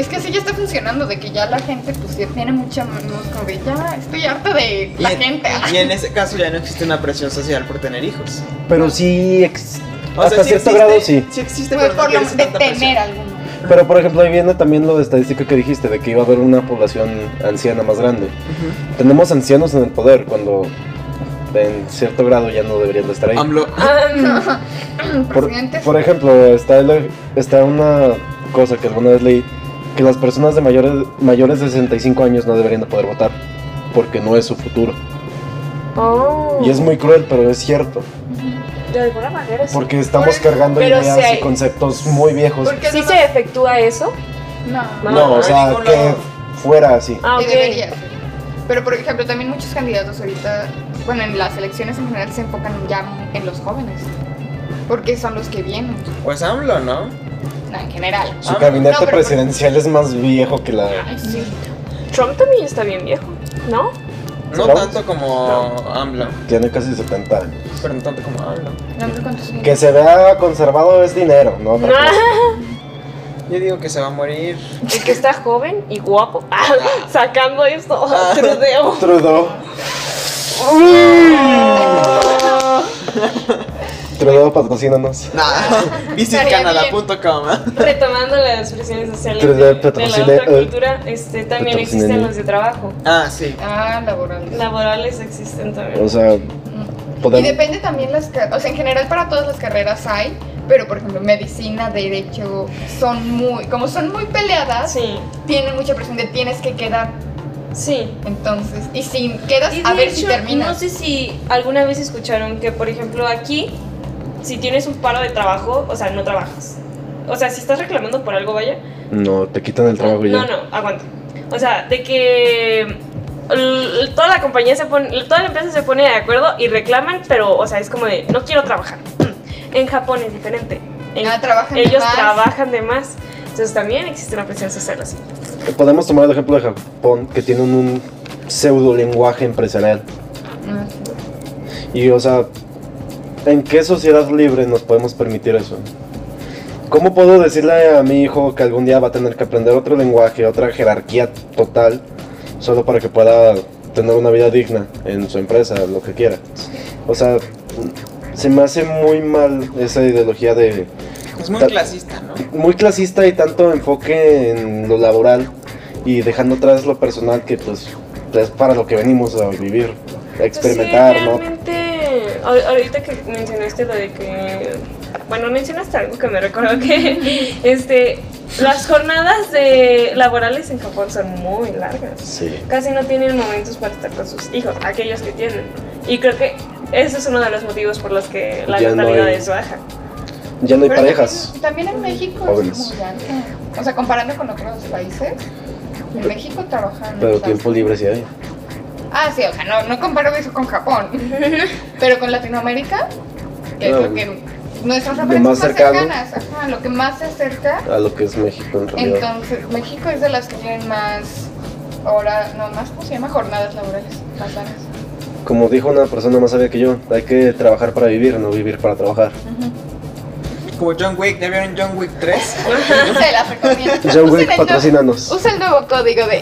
Speaker 3: Es que así ya está funcionando, de que ya la gente pues ya tiene mucha manos como de ya estoy harta de la
Speaker 1: en-
Speaker 3: gente. ah.
Speaker 1: y en ese caso ya no existe una presión social por tener hijos.
Speaker 2: Pero sí, ex-
Speaker 1: O sea,
Speaker 2: hasta
Speaker 1: sí
Speaker 2: cierto
Speaker 1: existe-
Speaker 2: grado sí.
Speaker 1: Sí existe,
Speaker 3: Pues,
Speaker 1: pero no
Speaker 3: por lo
Speaker 1: tienes
Speaker 3: de
Speaker 1: tanta presión.
Speaker 3: tener alguno.
Speaker 2: Pero por ejemplo, ahí viene también lo de estadística que dijiste, de que iba a haber una población anciana más grande. Tenemos ancianos en el poder cuando en cierto grado ya no deberían de estar ahí.
Speaker 1: AMLO.
Speaker 4: Ah,
Speaker 2: Por,
Speaker 3: Presidentes.
Speaker 2: por ejemplo, está, el- está una cosa que alguna vez leí, que las personas de mayores, mayores de 65 años no deberían de poder votar, porque no es su futuro.
Speaker 4: oh.
Speaker 2: Y es muy cruel, pero es cierto,
Speaker 4: De alguna manera sí.
Speaker 2: porque estamos cargando
Speaker 4: Pero
Speaker 2: ideas
Speaker 4: si hay-
Speaker 2: y conceptos muy viejos.
Speaker 3: Porque
Speaker 4: ¿Sí
Speaker 3: no-
Speaker 4: se efectúa eso?
Speaker 3: No.
Speaker 2: No, o
Speaker 1: en
Speaker 2: sea,
Speaker 1: ningún
Speaker 2: que
Speaker 1: lado.
Speaker 2: fuera así.
Speaker 4: Ah,
Speaker 3: que debería
Speaker 4: ok.
Speaker 3: ser. Pero por ejemplo, también muchos candidatos ahorita, bueno, en las elecciones en general se enfocan ya en los jóvenes. Porque son los que vienen,
Speaker 1: Pues AMLO, ¿no?
Speaker 3: no, en general.
Speaker 2: Su
Speaker 1: Ah,
Speaker 2: gabinete
Speaker 3: no, pero-
Speaker 2: presidencial es más viejo que la...
Speaker 3: Ay, sí.
Speaker 4: Trump también está bien viejo, ¿no?
Speaker 1: No
Speaker 2: ¿No?
Speaker 1: tanto como AMLO,
Speaker 2: Tiene casi 70 años.
Speaker 1: pero no tanto como AMLO.
Speaker 3: No me cuántos años.
Speaker 2: Que se vea conservado es dinero, ¿no? otra cosa.
Speaker 1: Yo digo que se va a morir.
Speaker 4: El que está joven y guapo. Ah, sacando esto. Oh, Trudeo.
Speaker 2: Trudeau. Trudeau patrocínanos.
Speaker 1: Nada.
Speaker 4: ¿eh?
Speaker 1: Visitcanada.com.
Speaker 4: Retomando las presiones sociales
Speaker 2: Pero
Speaker 4: de,
Speaker 2: de-
Speaker 4: de la
Speaker 2: patrocina-
Speaker 4: alta
Speaker 2: eh,
Speaker 4: cultura, este, también
Speaker 2: patrocina-
Speaker 4: existen las de trabajo.
Speaker 1: Ah, sí.
Speaker 3: Ah, laborales.
Speaker 4: Laborales existen también.
Speaker 2: O sea,
Speaker 3: Y
Speaker 2: podemos...
Speaker 3: depende también las carreras, o sea, en general para todas las carreras hay, pero por ejemplo, medicina, derecho, son muy, como son muy peleadas,
Speaker 4: Sí,
Speaker 3: tienen mucha presión de tienes que quedar,
Speaker 4: sí.
Speaker 3: entonces, y si quedas,
Speaker 4: Y
Speaker 3: a
Speaker 4: de
Speaker 3: ver si
Speaker 4: hecho, No
Speaker 3: terminas.
Speaker 4: sé si alguna vez escucharon que, por ejemplo, aquí, si tienes un paro de trabajo, o sea, no trabajas. O sea, si estás reclamando por algo, vaya.
Speaker 2: No, te quitan el trabajo ya.
Speaker 4: No, no, aguanta. O sea, de que l- toda la compañía se pone, toda la empresa se pone de acuerdo y reclaman, pero, o sea, es como de, no quiero trabajar. En Japón es diferente. En-
Speaker 3: Ah, trabajan de
Speaker 4: ellos
Speaker 3: más.
Speaker 4: trabajan de más. Entonces también existe una presión social así. Pues
Speaker 2: Podemos tomar el ejemplo de Japón, que tienen un pseudo lenguaje empresarial.
Speaker 3: Ah, sí.
Speaker 2: Y, o sea, ¿en qué sociedad libre nos podemos permitir eso? ¿Cómo puedo decirle a mi hijo que algún día va a tener que aprender otro lenguaje, otra jerarquía total, solo para que pueda tener una vida digna en su empresa, lo que quiera? O sea, se me hace muy mal esa ideología de
Speaker 1: Es muy
Speaker 2: Ta-
Speaker 1: clasista, ¿no?
Speaker 2: muy clasista y tanto enfoque en lo laboral y dejando atrás lo personal que pues es para lo que venimos a vivir, a experimentar,
Speaker 4: Pues sí,
Speaker 2: ¿no?
Speaker 4: realmente, ahor- ahorita que mencionaste lo de que, bueno, mencionaste algo que me recordó que, este, las jornadas de laborales en Japón son muy largas.
Speaker 2: Sí.
Speaker 4: Casi no tienen momentos para estar con sus hijos, aquellos que tienen. Y creo que ese es uno de los motivos por los que la
Speaker 2: Ya no
Speaker 4: natalidad
Speaker 2: hay-
Speaker 4: es baja.
Speaker 2: Ya no hay
Speaker 3: Pero
Speaker 2: parejas.
Speaker 3: también- También en México
Speaker 2: Jóvenes.
Speaker 3: es muy alto. O sea, comparando con otros países, en México trabajan.
Speaker 2: Pero
Speaker 3: bastante.
Speaker 2: tiempo libre sí hay.
Speaker 3: Ah, sí, o sea, no, no comparo eso con Japón. Pero con Latinoamérica, que es
Speaker 2: No,
Speaker 3: lo que nuestras
Speaker 2: lo
Speaker 3: referencias
Speaker 2: más
Speaker 3: más,
Speaker 2: cercano.
Speaker 3: cercanas, ajá, lo que más se acerca.
Speaker 2: A lo que es México en realidad.
Speaker 3: Entonces, México es de las que tienen más horas, no, más, ¿cómo se llama? Jornadas laborales, más largas.
Speaker 2: Como dijo una persona más sabia que yo, hay que trabajar para vivir, no vivir para trabajar.
Speaker 1: Como John Wick, ¿ya vieron John Wick 3?
Speaker 3: Se las recomiendo.
Speaker 2: John
Speaker 3: Usen
Speaker 2: Wick,
Speaker 3: el nuevo-
Speaker 2: patrocínanos.
Speaker 3: Usa el nuevo código de,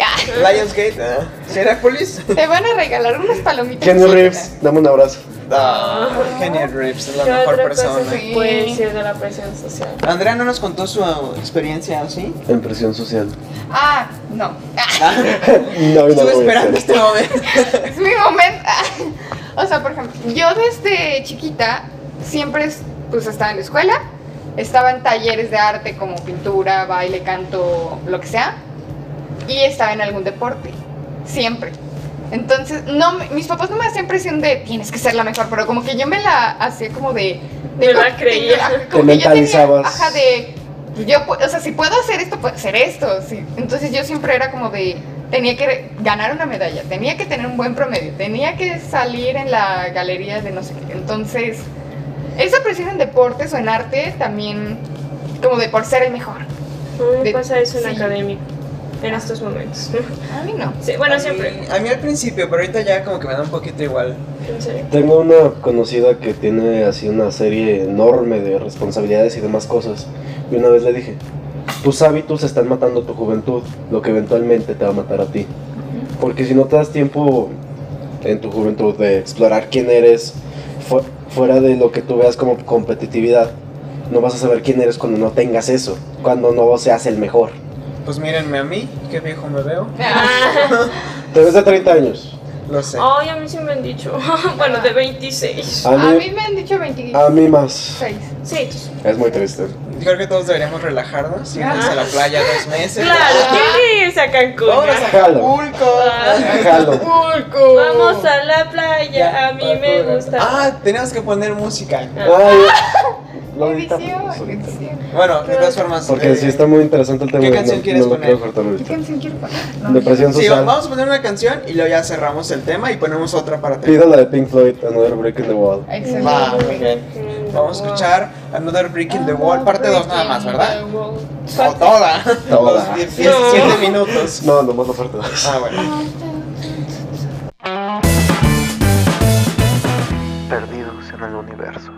Speaker 3: ah,
Speaker 1: Lionsgate, ¿eh? ¿Será Police?
Speaker 3: te van a regalar unas palomitas.
Speaker 2: Kenny
Speaker 3: chiquitas.
Speaker 2: Reeves, dame un abrazo.
Speaker 1: Ah, Genial Reeves, es la
Speaker 4: ¿Qué
Speaker 1: mejor
Speaker 4: otra
Speaker 1: persona.
Speaker 4: cosa se
Speaker 3: Sí.
Speaker 4: puede decir Pues, de la presión social?
Speaker 1: Andrea no nos contó su uh, experiencia, ¿o ¿sí?
Speaker 2: En presión social.
Speaker 3: Ah, no. Ah,
Speaker 2: No, no, no.
Speaker 1: Estuve
Speaker 2: voy a
Speaker 1: esperando
Speaker 2: hacer.
Speaker 1: este momento.
Speaker 3: es mi momento. Ah, O sea, por ejemplo, yo desde chiquita siempre es- pues estaba en la escuela, estaba en talleres de arte como pintura, baile, canto, lo que sea, y estaba en algún deporte, siempre. Entonces, no, me- mis papás no me hacían presión de tienes que ser la mejor, pero como que yo me la hacía como de... de
Speaker 4: Me la
Speaker 3: como que tenía-
Speaker 4: creía.
Speaker 3: ajá,
Speaker 2: Te
Speaker 3: como que yo tenía-
Speaker 2: mentalizabas.
Speaker 3: Ajá, de... pues, Yo, pu- o sea, si puedo hacer esto, puedo hacer esto. sí. Entonces yo siempre era como de... Tenía que ganar una medalla, tenía que tener un buen promedio, tenía que salir en la galería de no sé qué. Entonces, esa presión en deportes o en arte también, como de por ser el mejor.
Speaker 4: A mí me
Speaker 3: De-
Speaker 4: pasa eso en
Speaker 3: sí.
Speaker 4: académico, en estos momentos.
Speaker 3: A mí no.
Speaker 4: Sí, bueno,
Speaker 1: A mí-
Speaker 4: siempre.
Speaker 1: A mí al principio, pero ahorita ya como que me da un poquito igual.
Speaker 4: En serio.
Speaker 2: Tengo una conocida que tiene así una serie enorme de responsabilidades y demás cosas. Y una vez le dije, tus hábitos están matando tu juventud, lo que eventualmente te va a matar a ti. Porque si no te das tiempo en tu juventud de explorar quién eres, fu- fuera de lo que tú veas como competitividad, no vas a saber quién eres cuando no tengas eso, cuando no seas el mejor.
Speaker 1: Pues mírenme a mí, qué viejo me veo. Ah.
Speaker 2: Te ves de 30 años.
Speaker 1: Lo sé.
Speaker 4: Ay, a mí sí me han dicho. bueno, de 26.
Speaker 2: A
Speaker 3: A mí
Speaker 2: mí, Ah,
Speaker 3: me han dicho
Speaker 2: a
Speaker 3: 26.
Speaker 2: mí más.
Speaker 4: Sí.
Speaker 2: Es muy triste.
Speaker 1: Yo creo que todos deberíamos relajarnos, irnos a la playa dos meses.
Speaker 4: Claro, ¿quién irse a Cancún?
Speaker 1: Ah. Vámonos a Acapulco.
Speaker 4: Ah.
Speaker 2: Jalo.
Speaker 1: Acapulco.
Speaker 4: Oh. Vamos a la playa, a mí me gusta.
Speaker 1: Ah, tenemos que poner música.
Speaker 2: Ay, lo ahorita,
Speaker 3: Edición,
Speaker 2: pues, ahorita.
Speaker 3: edición.
Speaker 1: Oh, Bueno, de todas formas.
Speaker 2: Porque
Speaker 1: eh,
Speaker 2: sí está muy interesante el tema.
Speaker 1: ¿Qué
Speaker 2: y no-
Speaker 1: canción
Speaker 2: no
Speaker 1: quieres
Speaker 2: lo
Speaker 1: poner?
Speaker 2: quiero cortar
Speaker 3: ¿Qué
Speaker 2: ahorita.
Speaker 3: canción quiero poner? No.
Speaker 2: Depresión
Speaker 1: sí,
Speaker 2: social.
Speaker 1: vamos a poner una canción y luego ya cerramos el tema y ponemos otra para terminar.
Speaker 2: Pido la de Pink Floyd, Another Break in the Wall.
Speaker 3: Excelente.
Speaker 1: Va, muy bien. Vamos a escuchar Another Brick in the Wall, parte 2 nada más, ¿verdad? O toda.
Speaker 2: Toda.
Speaker 1: Los 10, 17 minutos.
Speaker 2: No, nomás la parte dos.
Speaker 1: Ah, bueno.
Speaker 5: perdidos en el universo.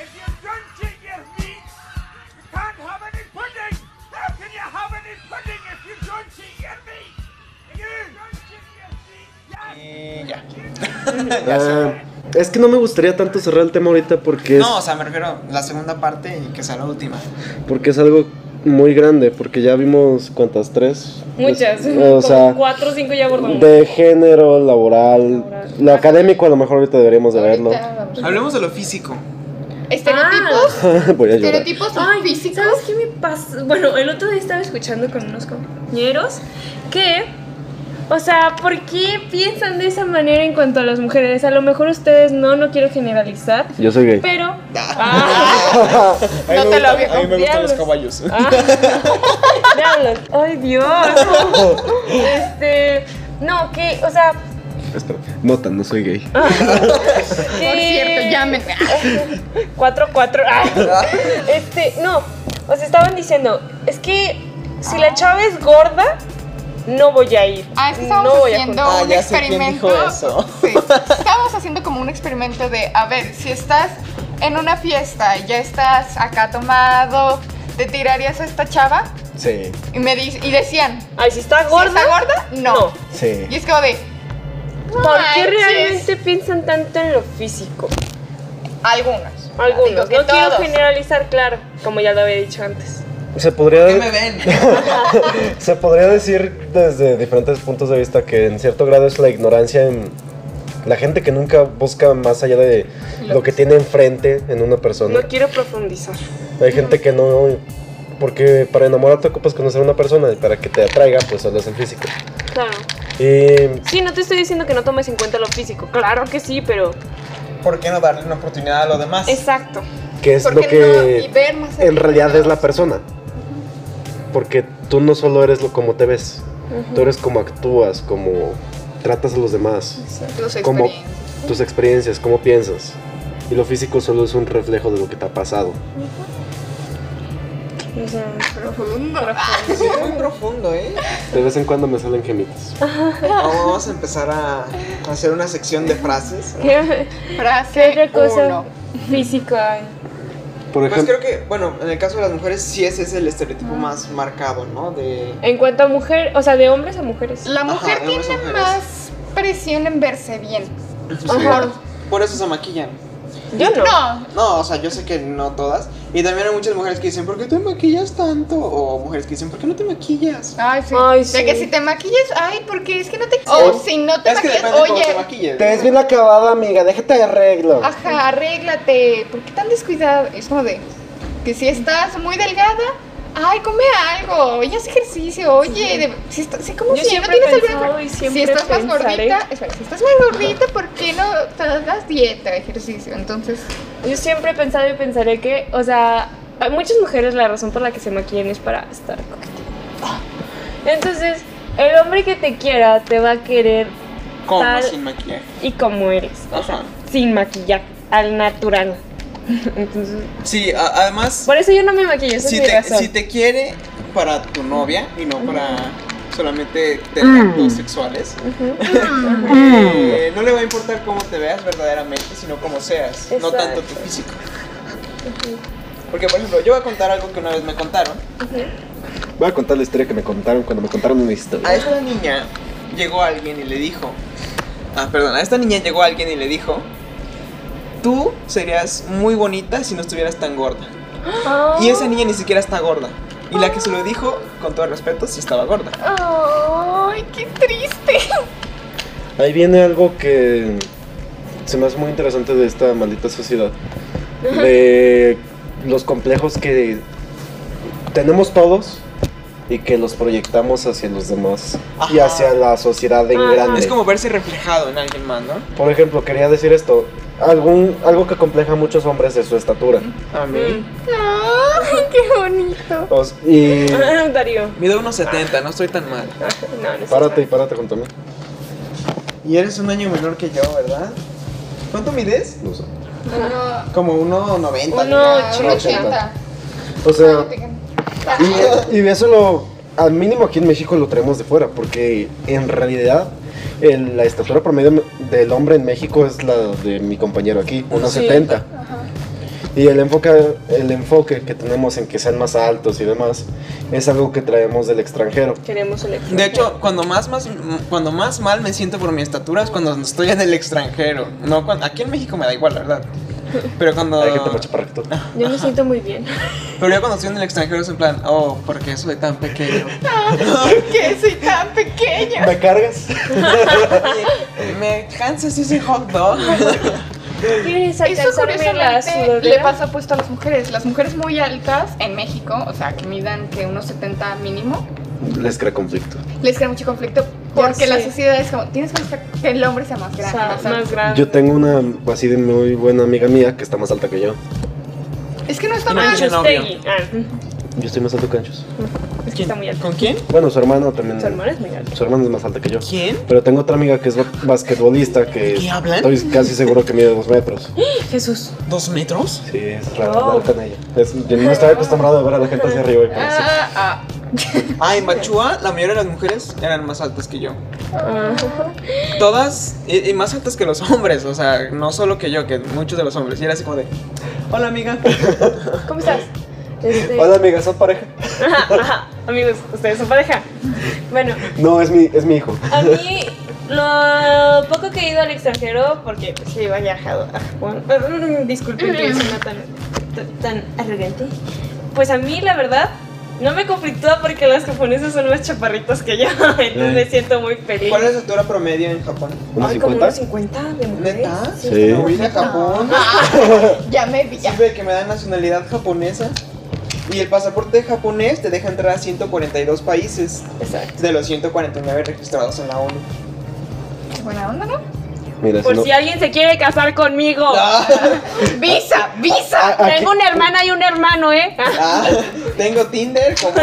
Speaker 6: If you don't eat your meat, you can't have any pudding. How can you have any pudding if you don't eat your meat? If you don't eat
Speaker 1: Y
Speaker 6: your meat, yes.
Speaker 1: ya.
Speaker 2: Eh, es que no me gustaría tanto Eh, cerrar el tema ahorita porque es,
Speaker 1: No, o sea, me refiero a la segunda parte y que sea la última.
Speaker 2: porque es algo muy grande, porque ya vimos cuántas tres.
Speaker 4: Muchas.
Speaker 2: Es- Pues, o sea,
Speaker 4: como cuatro o cinco ya abordamos.
Speaker 2: de género, laboral,
Speaker 4: Laboral.
Speaker 2: lo académico a lo mejor ahorita deberíamos de verlo.
Speaker 3: Ahorita vamos.
Speaker 1: Hablemos de lo físico.
Speaker 3: Estereotipos.
Speaker 2: Voy a llorar.
Speaker 3: Estereotipos
Speaker 4: Ah. Ay,
Speaker 3: físicos.
Speaker 4: ¿Sabes qué me pasa? Bueno, el otro día estaba escuchando con unos compañeros que, o sea, ¿por qué piensan de esa manera en cuanto a las mujeres? A lo mejor ustedes no, no quiero generalizar,
Speaker 2: Yo soy gay.
Speaker 4: pero... Ah,
Speaker 1: A mí
Speaker 3: No
Speaker 1: me
Speaker 3: te lo
Speaker 1: gusta-
Speaker 3: voy a
Speaker 1: A mí me gustan los
Speaker 4: confiar.
Speaker 1: caballos.
Speaker 4: ah, diablos, ¡Ay, Dios! Este... No, que, o sea...
Speaker 2: Espera, Nota, no soy gay.
Speaker 4: ¿Ah? Que...
Speaker 3: Por cierto, llamen.
Speaker 4: 4-4. ah. Este, no. O sea, estaban diciendo, es que si la chava es gorda, no voy a ir.
Speaker 3: Ah, es que
Speaker 4: no
Speaker 3: estábamos
Speaker 4: voy a
Speaker 3: haciendo
Speaker 1: juntar. Ah,
Speaker 3: un
Speaker 1: ya sé quién
Speaker 3: experimento.
Speaker 1: dijo eso.
Speaker 3: Sí. Estábamos haciendo como un experimento de, a ver, si estás en una fiesta, ya estás acá tomado, ¿te tirarías a esta chava?
Speaker 2: Sí,
Speaker 3: Y me di- y decían,
Speaker 4: juntar. Ay, si está
Speaker 3: ¿si
Speaker 4: gorda.
Speaker 3: está gorda? No.
Speaker 4: No.
Speaker 2: sí.
Speaker 3: Y es como de, no
Speaker 4: ¿Por qué
Speaker 3: manches.
Speaker 4: realmente piensan tanto en lo físico?
Speaker 3: Algunos. Digo
Speaker 4: Algunos.
Speaker 3: que
Speaker 4: No quiero
Speaker 3: todos.
Speaker 4: generalizar, claro, como ya lo había dicho antes.
Speaker 2: Se
Speaker 1: ¿Qué me
Speaker 2: podría,
Speaker 1: ven?
Speaker 2: se podría decir desde diferentes puntos de vista que en cierto grado es la ignorancia en la gente que nunca busca más allá de lo que tiene enfrente en una persona.
Speaker 4: No quiero profundizar.
Speaker 2: Hay gente que no. Porque para enamorarte ocupas conocer a una persona y para que te atraiga, pues solo es el físico.
Speaker 4: Claro.
Speaker 2: Y
Speaker 4: Sí, no te estoy diciendo que no tomes en cuenta lo físico. Claro que sí, pero.
Speaker 1: ¿Por qué no darle una oportunidad a lo demás?
Speaker 4: Exacto.
Speaker 2: que es
Speaker 3: ¿Por
Speaker 2: lo
Speaker 3: qué no? Y
Speaker 2: que
Speaker 3: ver más
Speaker 2: en
Speaker 3: allá.
Speaker 2: realidad es la persona. Porque tú no solo eres lo como te ves, tú eres como actúas, como tratas a los demás,
Speaker 3: Tus
Speaker 2: como
Speaker 3: experiencias.
Speaker 2: tus experiencias, cómo piensas. Y lo físico solo es un reflejo de lo que te ha pasado.
Speaker 4: O sea,
Speaker 3: Profundo.
Speaker 1: Sí, muy profundo, ¿eh?
Speaker 2: De vez en cuando me salen gemitas.
Speaker 1: Ahora vamos a empezar a hacer una sección de frases.
Speaker 4: ¿qué-
Speaker 3: Frase
Speaker 4: ¿Qué otra cosa?
Speaker 3: uno.
Speaker 4: Físico hay?
Speaker 2: Por
Speaker 1: Pues
Speaker 2: ejemplo,
Speaker 1: creo que, bueno, en el caso de las mujeres sí ese es el estereotipo más marcado, ¿no? De...
Speaker 4: En cuanto a mujer, o sea, de hombres a mujeres.
Speaker 3: La mujer
Speaker 1: Ajá, hombres,
Speaker 3: tiene
Speaker 1: mujeres.
Speaker 3: más presión en verse bien.
Speaker 1: Por, por eso se maquillan.
Speaker 4: Yo no.
Speaker 3: No,
Speaker 1: No, o sea, yo sé que no todas. Y también hay muchas mujeres que dicen, ¿por qué te maquillas tanto? O mujeres que dicen, ¿por qué no te maquillas?
Speaker 3: Ay, sí.
Speaker 4: Ay, sí.
Speaker 3: De que si te maquillas, ay, porque es que no te. O
Speaker 1: O-
Speaker 3: si no te
Speaker 1: es que
Speaker 3: maquillas,
Speaker 1: depende de cómo te
Speaker 3: oye,
Speaker 1: maquilles.
Speaker 2: te ves bien acabada, amiga, déjate de arreglo.
Speaker 3: ajá, arréglate. ¿Por qué tan descuidado? Es como de. Que si estás muy delgada, ay, come algo, oye, haz ejercicio, oye, de- si estás, si, como si
Speaker 4: Yo
Speaker 3: no
Speaker 4: siempre he
Speaker 3: tienes
Speaker 4: pensado
Speaker 3: alguna.
Speaker 4: y
Speaker 3: Si
Speaker 4: siempre
Speaker 3: estás más
Speaker 4: pensaré.
Speaker 3: gordita, espera, si estás más gordita, ¿por qué no te das dieta, ejercicio? Entonces,
Speaker 4: Yo siempre he pensado y pensaré que, o sea, a muchas mujeres la razón por la que se maquillan es para estar coquetas. Entonces, el hombre que te quiera te va a querer
Speaker 1: ¿Cómo?
Speaker 4: tal
Speaker 1: Sin maquillaje.
Speaker 4: y como eres,
Speaker 1: Ajá.
Speaker 4: sin maquillar, al natural. Entonces,
Speaker 1: Sí, a- además,
Speaker 4: por eso yo no me maquillo, esa
Speaker 1: si
Speaker 4: es mi
Speaker 1: te,
Speaker 4: razón.
Speaker 1: si te quiere para tu novia y no para solamente términos sexuales, eh, no le va a importar cómo te veas verdaderamente, sino cómo seas, no tanto tu
Speaker 4: Exacto.
Speaker 1: físico. Porque, por ejemplo, yo voy a contar algo que una vez me contaron.
Speaker 2: Voy a contar la historia que me contaron cuando me contaron una historia.
Speaker 1: A esta niña llegó alguien y le dijo. Ah, perdón, a esta niña llegó alguien y le dijo. Tú serías muy bonita si no estuvieras tan gorda.
Speaker 4: Ah,
Speaker 1: Y esa niña ni siquiera está gorda. Y la que se lo dijo, con todo respeto, sí estaba gorda.
Speaker 3: ay, qué triste.
Speaker 2: Ahí viene algo que se me hace muy interesante de esta maldita sociedad. De los complejos que tenemos todos y que los proyectamos hacia los demás y
Speaker 1: Ajá.
Speaker 2: hacia la sociedad en
Speaker 4: Ajá.
Speaker 2: grande.
Speaker 1: Es como verse reflejado en alguien más, ¿no?
Speaker 2: Por ejemplo, quería decir esto. Algún, algo que compleja a muchos hombres es su estatura.
Speaker 1: A
Speaker 4: Mm.
Speaker 1: mí.
Speaker 3: Ay, qué bonito.
Speaker 2: O s- y
Speaker 4: Mm. Darío.
Speaker 1: Mido unos 70, no estoy tan mal.
Speaker 4: No, no sé.
Speaker 2: párate y párate junto a mí.
Speaker 1: Y eres un año menor que yo, ¿verdad? ¿Cuánto mides?
Speaker 2: No sé.
Speaker 3: Uno,
Speaker 1: Como 1,90.
Speaker 4: Uno
Speaker 1: ¿no?
Speaker 3: ah,
Speaker 4: ochenta.
Speaker 3: uno ochenta.
Speaker 2: O sea,
Speaker 3: Ah,
Speaker 2: Y, y eso lo, al mínimo aquí en México lo traemos de fuera, porque en realidad el- la estatura promedio del hombre en México es la de mi compañero aquí, 1,70. Y el enfoque, el enfoque que tenemos en que sean más altos y demás es algo que traemos del extranjero.
Speaker 4: Queremos el
Speaker 1: De hecho, cuando más, más, cuando más mal me siento por mi estatura es cuando estoy en el extranjero. No, cuan- aquí en México me da igual, la verdad. Pero cuando.
Speaker 2: Ay, que te marcha para recto.
Speaker 4: Yo me siento muy bien.
Speaker 1: Pero yo cuando estoy en el extranjero es en plan, oh, ¿por qué soy tan pequeño?
Speaker 3: que soy tan pequeña.
Speaker 2: ¿Me cargas?
Speaker 1: Oye, Me cansas ese hot dog.
Speaker 4: ¿Quieres
Speaker 3: Eso
Speaker 4: alcanzarme la
Speaker 3: curiosamente le
Speaker 4: sudadera?
Speaker 3: pasa puesto a las mujeres. Las mujeres muy altas en México, o sea, que midan que unos 70 mínimo,
Speaker 2: Les crea conflicto.
Speaker 3: les crea mucho conflicto
Speaker 4: sé.
Speaker 3: porque la sociedad es como, tienes que buscar que el hombre sea más
Speaker 4: Pues O
Speaker 3: grande.
Speaker 4: sea,
Speaker 3: más alto.
Speaker 4: más grande.
Speaker 2: Yo tengo una así de muy buena amiga mía que está más alta que yo.
Speaker 3: Es que no está
Speaker 1: Y no
Speaker 3: mal.
Speaker 1: dice
Speaker 4: Anchos
Speaker 1: novio.
Speaker 4: Tegui. Ah,
Speaker 2: Yo estoy más alto que Anchos.
Speaker 4: es que está muy alto.
Speaker 1: ¿Con quién?
Speaker 2: Bueno, su hermano también.
Speaker 4: Su hermano es muy alto.
Speaker 2: Su hermano es más alta que yo.
Speaker 1: ¿Quién?
Speaker 2: Pero tengo otra amiga que es ba- basquetbolista que
Speaker 1: ¿Qué hablan?
Speaker 2: estoy casi seguro que mide dos metros.
Speaker 4: Jesús.
Speaker 1: ¿Dos metros?
Speaker 2: Sí, es raro
Speaker 4: Oh.
Speaker 2: hablar con ella. Es- yo no estaba acostumbrado a ver a la gente hacia arriba y por eso.
Speaker 3: Ah, ah,
Speaker 1: Ah, en Bachúa la mayoría de las mujeres eran más altas que yo.
Speaker 4: Ah,
Speaker 1: Todas, y, y más altas que los hombres, o sea, no solo que yo, que muchos de los hombres. Y era así como de, hola amiga.
Speaker 4: ¿Cómo estás? Este,
Speaker 2: Hola amiga, ¿son pareja?
Speaker 4: Ajá, amigos, ustedes son pareja. Bueno,
Speaker 2: No, es mi, es mi hijo.
Speaker 4: a mí lo poco que he ido al extranjero, porque pues sí, he viajado a Japón. Mm, Disculpen que yo suena tan, tan- tan arrogante. Pues a mí, la verdad, no me conflictó porque los japoneses son más chaparritos que yo, entonces me siento muy feliz.
Speaker 1: ¿Cuál es la altura promedio en Japón?
Speaker 2: Mm. ¿Unos
Speaker 4: Ay, como
Speaker 2: 50?
Speaker 4: unos 50 de mujeres.
Speaker 1: ¿Neta?
Speaker 4: Sí. Ah,
Speaker 2: Sí.
Speaker 1: Me voy a Japón.
Speaker 3: ya me vi. Ya.
Speaker 1: Sirve que me da nacionalidad japonesa. Y el pasaporte japonés te deja entrar a 142 países
Speaker 4: Exacto.
Speaker 1: de los 149 registrados en la ONU.
Speaker 3: Qué buena onda, ¿no?
Speaker 2: Mira,
Speaker 4: Por
Speaker 2: no-
Speaker 4: si alguien se quiere casar conmigo.
Speaker 3: Visa, visa.
Speaker 2: Ah, aquí-
Speaker 4: Tengo una hermana y un hermano, ¿eh?
Speaker 1: Ah, tengo Tinder como.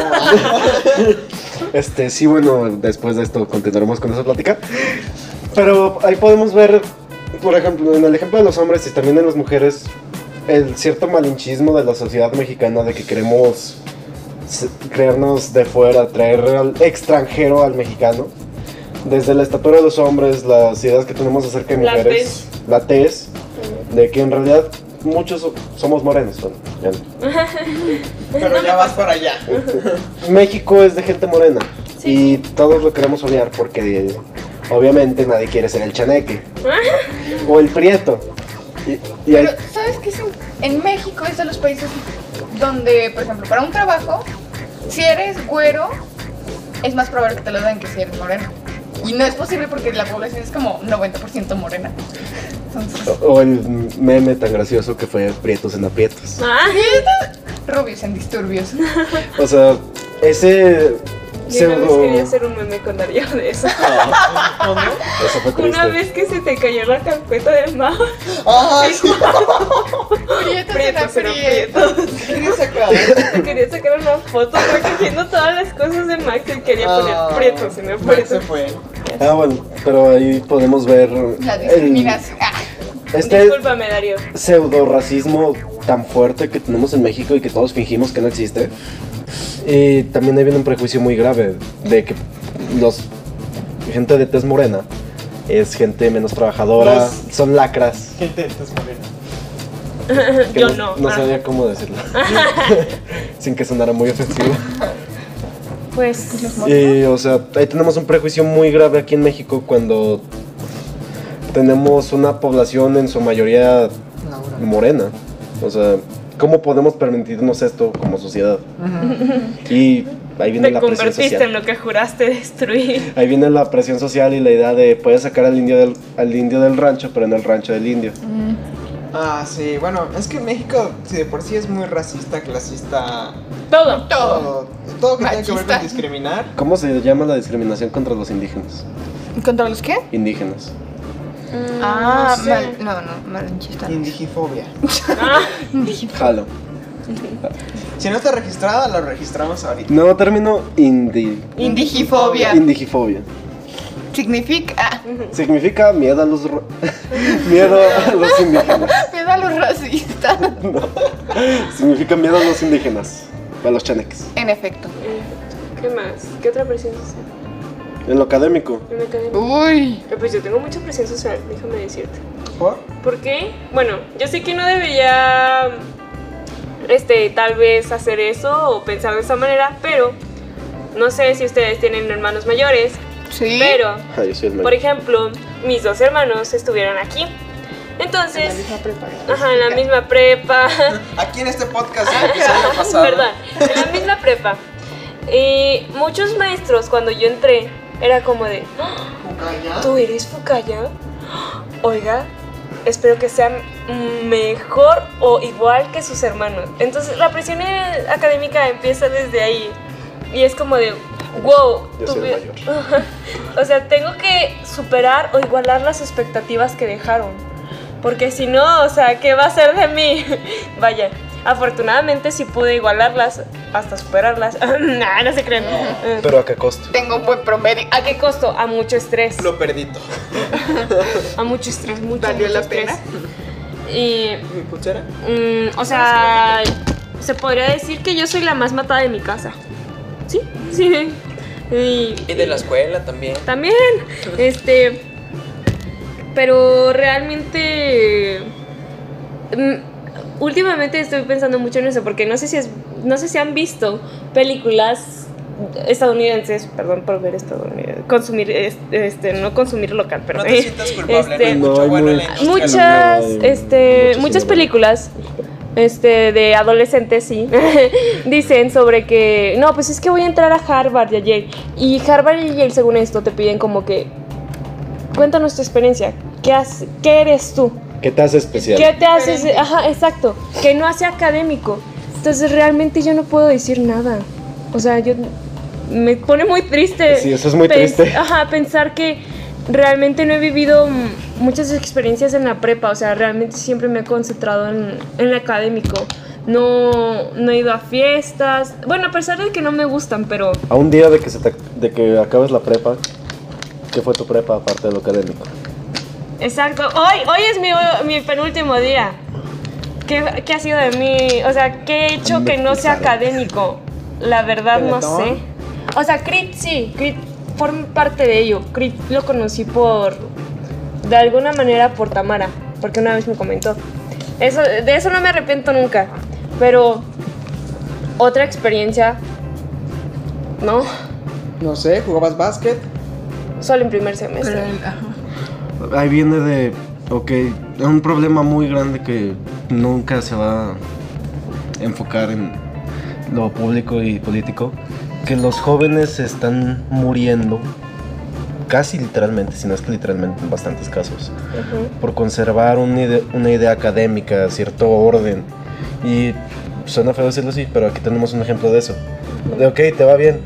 Speaker 2: Este, sí, bueno, después de esto continuaremos con esa plática. Pero ahí podemos ver, por ejemplo, en el ejemplo de los hombres y también en las mujeres, el cierto malinchismo de la sociedad mexicana de que queremos s- creernos de fuera, traer al extranjero al mexicano. Desde la estatura de los hombres, las ideas que tenemos acerca de
Speaker 4: La
Speaker 2: mujeres, la tez, de que en realidad muchos somos morenos. bueno, ya no.
Speaker 1: Pero ya vas para allá.
Speaker 2: México es de gente morena y todos lo queremos odiar porque eh, obviamente nadie quiere ser el chaneque o el prieto. Y, y hay-
Speaker 3: Pero, ¿sabes qué? es un- En México es de los países donde, por ejemplo, para un trabajo, si eres güero, es más probable que te lo den que si eres moreno. Y no es posible porque la población es como 90% morena. Entonces,
Speaker 2: o el meme tan gracioso que fue prietos en aprietos.
Speaker 4: Ah,
Speaker 3: rubios en disturbios.
Speaker 2: O sea, ese
Speaker 4: yo una vez
Speaker 2: pseudo- Ah,
Speaker 4: quería hacer un meme con Darío de eso.
Speaker 2: Eso fue triste.
Speaker 4: Una vez que se te cayó la carpeta del mapa.
Speaker 1: ¡Ay!
Speaker 3: Prietos en
Speaker 4: Prietos, eran
Speaker 3: aprietos.
Speaker 4: prietos.
Speaker 1: ¿Quieres sacar?
Speaker 4: Te quería sacar una foto recogiendo todas las cosas de Max y quería poner prietos en
Speaker 1: Max Ah. se
Speaker 4: aprietos.
Speaker 1: fue.
Speaker 2: Ah, bueno, pero ahí podemos ver
Speaker 3: La
Speaker 2: el,
Speaker 3: discriminación. Ah,
Speaker 2: este
Speaker 4: Discúlpame, Darío.
Speaker 2: pseudo racismo tan fuerte que tenemos en México y que todos fingimos que no existe. Y también ahí viene un prejuicio muy grave de que los gente de tez morena es gente menos trabajadora,
Speaker 1: Los-
Speaker 2: son lacras.
Speaker 1: Gente, estás morena.
Speaker 2: que
Speaker 4: Yo no.
Speaker 2: No
Speaker 4: Ah,
Speaker 2: sabía cómo decirlo. Sin que sonara muy ofensivo.
Speaker 4: Pues.
Speaker 2: Y, o sea, ahí tenemos un prejuicio muy grave aquí en México cuando tenemos una población en su mayoría morena. O sea, ¿cómo podemos permitirnos esto como sociedad? Y ahí viene
Speaker 4: Te
Speaker 2: la presión
Speaker 4: convertiste en
Speaker 2: social.
Speaker 4: lo que juraste destruir.
Speaker 2: Ahí viene la presión social y la idea de puedes sacar al indio del, al indio del rancho, pero no el rancho del indio.
Speaker 1: Ah, sí, bueno, es que México, si de por sí es muy racista, clasista,
Speaker 4: Todo.
Speaker 3: todo.
Speaker 1: todo, todo que tenga que ver
Speaker 3: Machista.
Speaker 1: con discriminar.
Speaker 2: ¿Cómo se llama la discriminación contra los indígenas?
Speaker 3: ¿Contra los qué?
Speaker 2: Indígenas.
Speaker 3: Ah,
Speaker 1: no sé.
Speaker 3: mal. No, no, malinchista.
Speaker 1: Indigifobia.
Speaker 4: Ah,
Speaker 2: Jalo.
Speaker 1: Si no está registrada, la registramos ahorita.
Speaker 2: Nuevo término, indi,
Speaker 3: Indigifobia.
Speaker 2: indigifobia.
Speaker 3: Significa. ah,
Speaker 2: Significa miedo a los ro- miedo a los indígenas.
Speaker 3: Miedo a los racistas.
Speaker 2: Significa miedo a los indígenas, a los chaneques.
Speaker 3: En efecto.
Speaker 4: ¿Qué más? ¿Qué otra presión social?
Speaker 2: En lo académico,
Speaker 4: En la
Speaker 2: Uh.
Speaker 4: academia.
Speaker 3: Uy.
Speaker 4: Eh, Pues yo tengo mucha presión social, déjame decirte.
Speaker 1: ¿Por?
Speaker 4: ¿Por qué? Bueno, yo sé que no debería, este, tal vez hacer eso o pensar de esa manera, pero no sé si ustedes tienen hermanos mayores,
Speaker 3: Sí.
Speaker 4: pero,
Speaker 2: Ah, yo soy el
Speaker 4: por
Speaker 2: mayor.
Speaker 4: ejemplo, mis dos hermanos estuvieron aquí. Entonces,
Speaker 1: misma prepa.
Speaker 4: ajá, en la misma prepa.
Speaker 1: Aquí en este podcast, en el episodio pasado.
Speaker 4: Perdón, en la misma prepa. Y muchos maestros, cuando yo entré, era como de,
Speaker 1: Cucaya.
Speaker 4: ¿tú eres Fukaya? Oiga, espero que sea mejor o igual que sus hermanos. Entonces, la presión eh, académica empieza desde ahí. Y es como de, wow.
Speaker 2: Yo soy el
Speaker 4: tuve-
Speaker 2: mayor.
Speaker 4: o sea, tengo que superar o igualar las expectativas que dejaron. Porque si no, o sea, ¿qué va a ser de mí? Vaya, afortunadamente sí pude igualarlas hasta superarlas. nah, no se creen. Eh,
Speaker 2: Pero a qué costo.
Speaker 3: Tengo un buen promedio.
Speaker 4: ¿A qué costo? A mucho estrés.
Speaker 1: Lo perdí todo.
Speaker 4: A mucho estrés, mucho,
Speaker 3: ¿Valió
Speaker 4: mucho
Speaker 3: la
Speaker 4: estrés.
Speaker 3: pena?
Speaker 4: Y,
Speaker 1: ¿Mi pulsera?
Speaker 4: mm, o sea, se podría decir que yo soy la más matada de mi casa. Sí, sí. Y,
Speaker 1: Y de la escuela también.
Speaker 4: también. Este. Pero realmente. mm, Últimamente estoy pensando mucho en eso porque no sé si es. No sé si han visto películas estadounidenses, perdón por ver estadounidenses, consumir, este, este, no consumir local, pero
Speaker 1: No te sientas culpable, no
Speaker 4: este,
Speaker 1: hay mucho
Speaker 2: No, hay
Speaker 1: bueno en
Speaker 2: muy-
Speaker 1: la industria.
Speaker 4: muchas,
Speaker 2: Muchas
Speaker 4: este,
Speaker 2: películas.
Speaker 4: muchas películas este, de adolescentes, sí, dicen sobre que, no, pues es que voy a entrar a Harvard y a Yale. Y Harvard y Yale, según esto, te piden como que, cuéntanos tu experiencia, ¿qué, has- qué eres tú?
Speaker 2: ¿Qué te hace especial?
Speaker 4: ¿Qué te haces? Ajá, exacto, que no hace académico. Entonces realmente yo no puedo decir nada. O sea, yo me pone muy triste.
Speaker 2: Sí, eso es muy
Speaker 4: pens-
Speaker 2: triste.
Speaker 4: Ajá, pensar que realmente no he vivido mm, muchas experiencias en la prepa. O sea, realmente siempre me he concentrado en, en lo académico. No, no he ido a fiestas. Bueno, a pesar de que no me gustan, pero
Speaker 2: A un día de que, se te- de que acabes la prepa, ¿qué fue tu prepa aparte de lo académico?
Speaker 4: Exacto. Hoy, hoy es mi, mi penúltimo día. ¿Qué, qué ha sido de mí? O sea, ¿qué he hecho que no sea académico? La verdad no
Speaker 1: Teletón.
Speaker 4: sé. O sea, Crit sí, Crit forma parte de ello. Crit lo conocí por, de alguna manera, por Tamara, porque una vez me comentó. Eso, de eso no me arrepiento nunca. Pero otra experiencia, no,
Speaker 1: No sé, jugabas básquet.
Speaker 4: solo en primer semestre.
Speaker 2: Ahí viene de, ok, es un problema muy grande que nunca se va a enfocar en lo público y político, que los jóvenes se están muriendo, casi literalmente, si no es que literalmente en bastantes casos,
Speaker 4: Ujú.
Speaker 2: por conservar una ide- una idea académica, cierto orden. Y suena feo decirlo así, pero aquí tenemos un ejemplo de eso. De, ok, te va bien,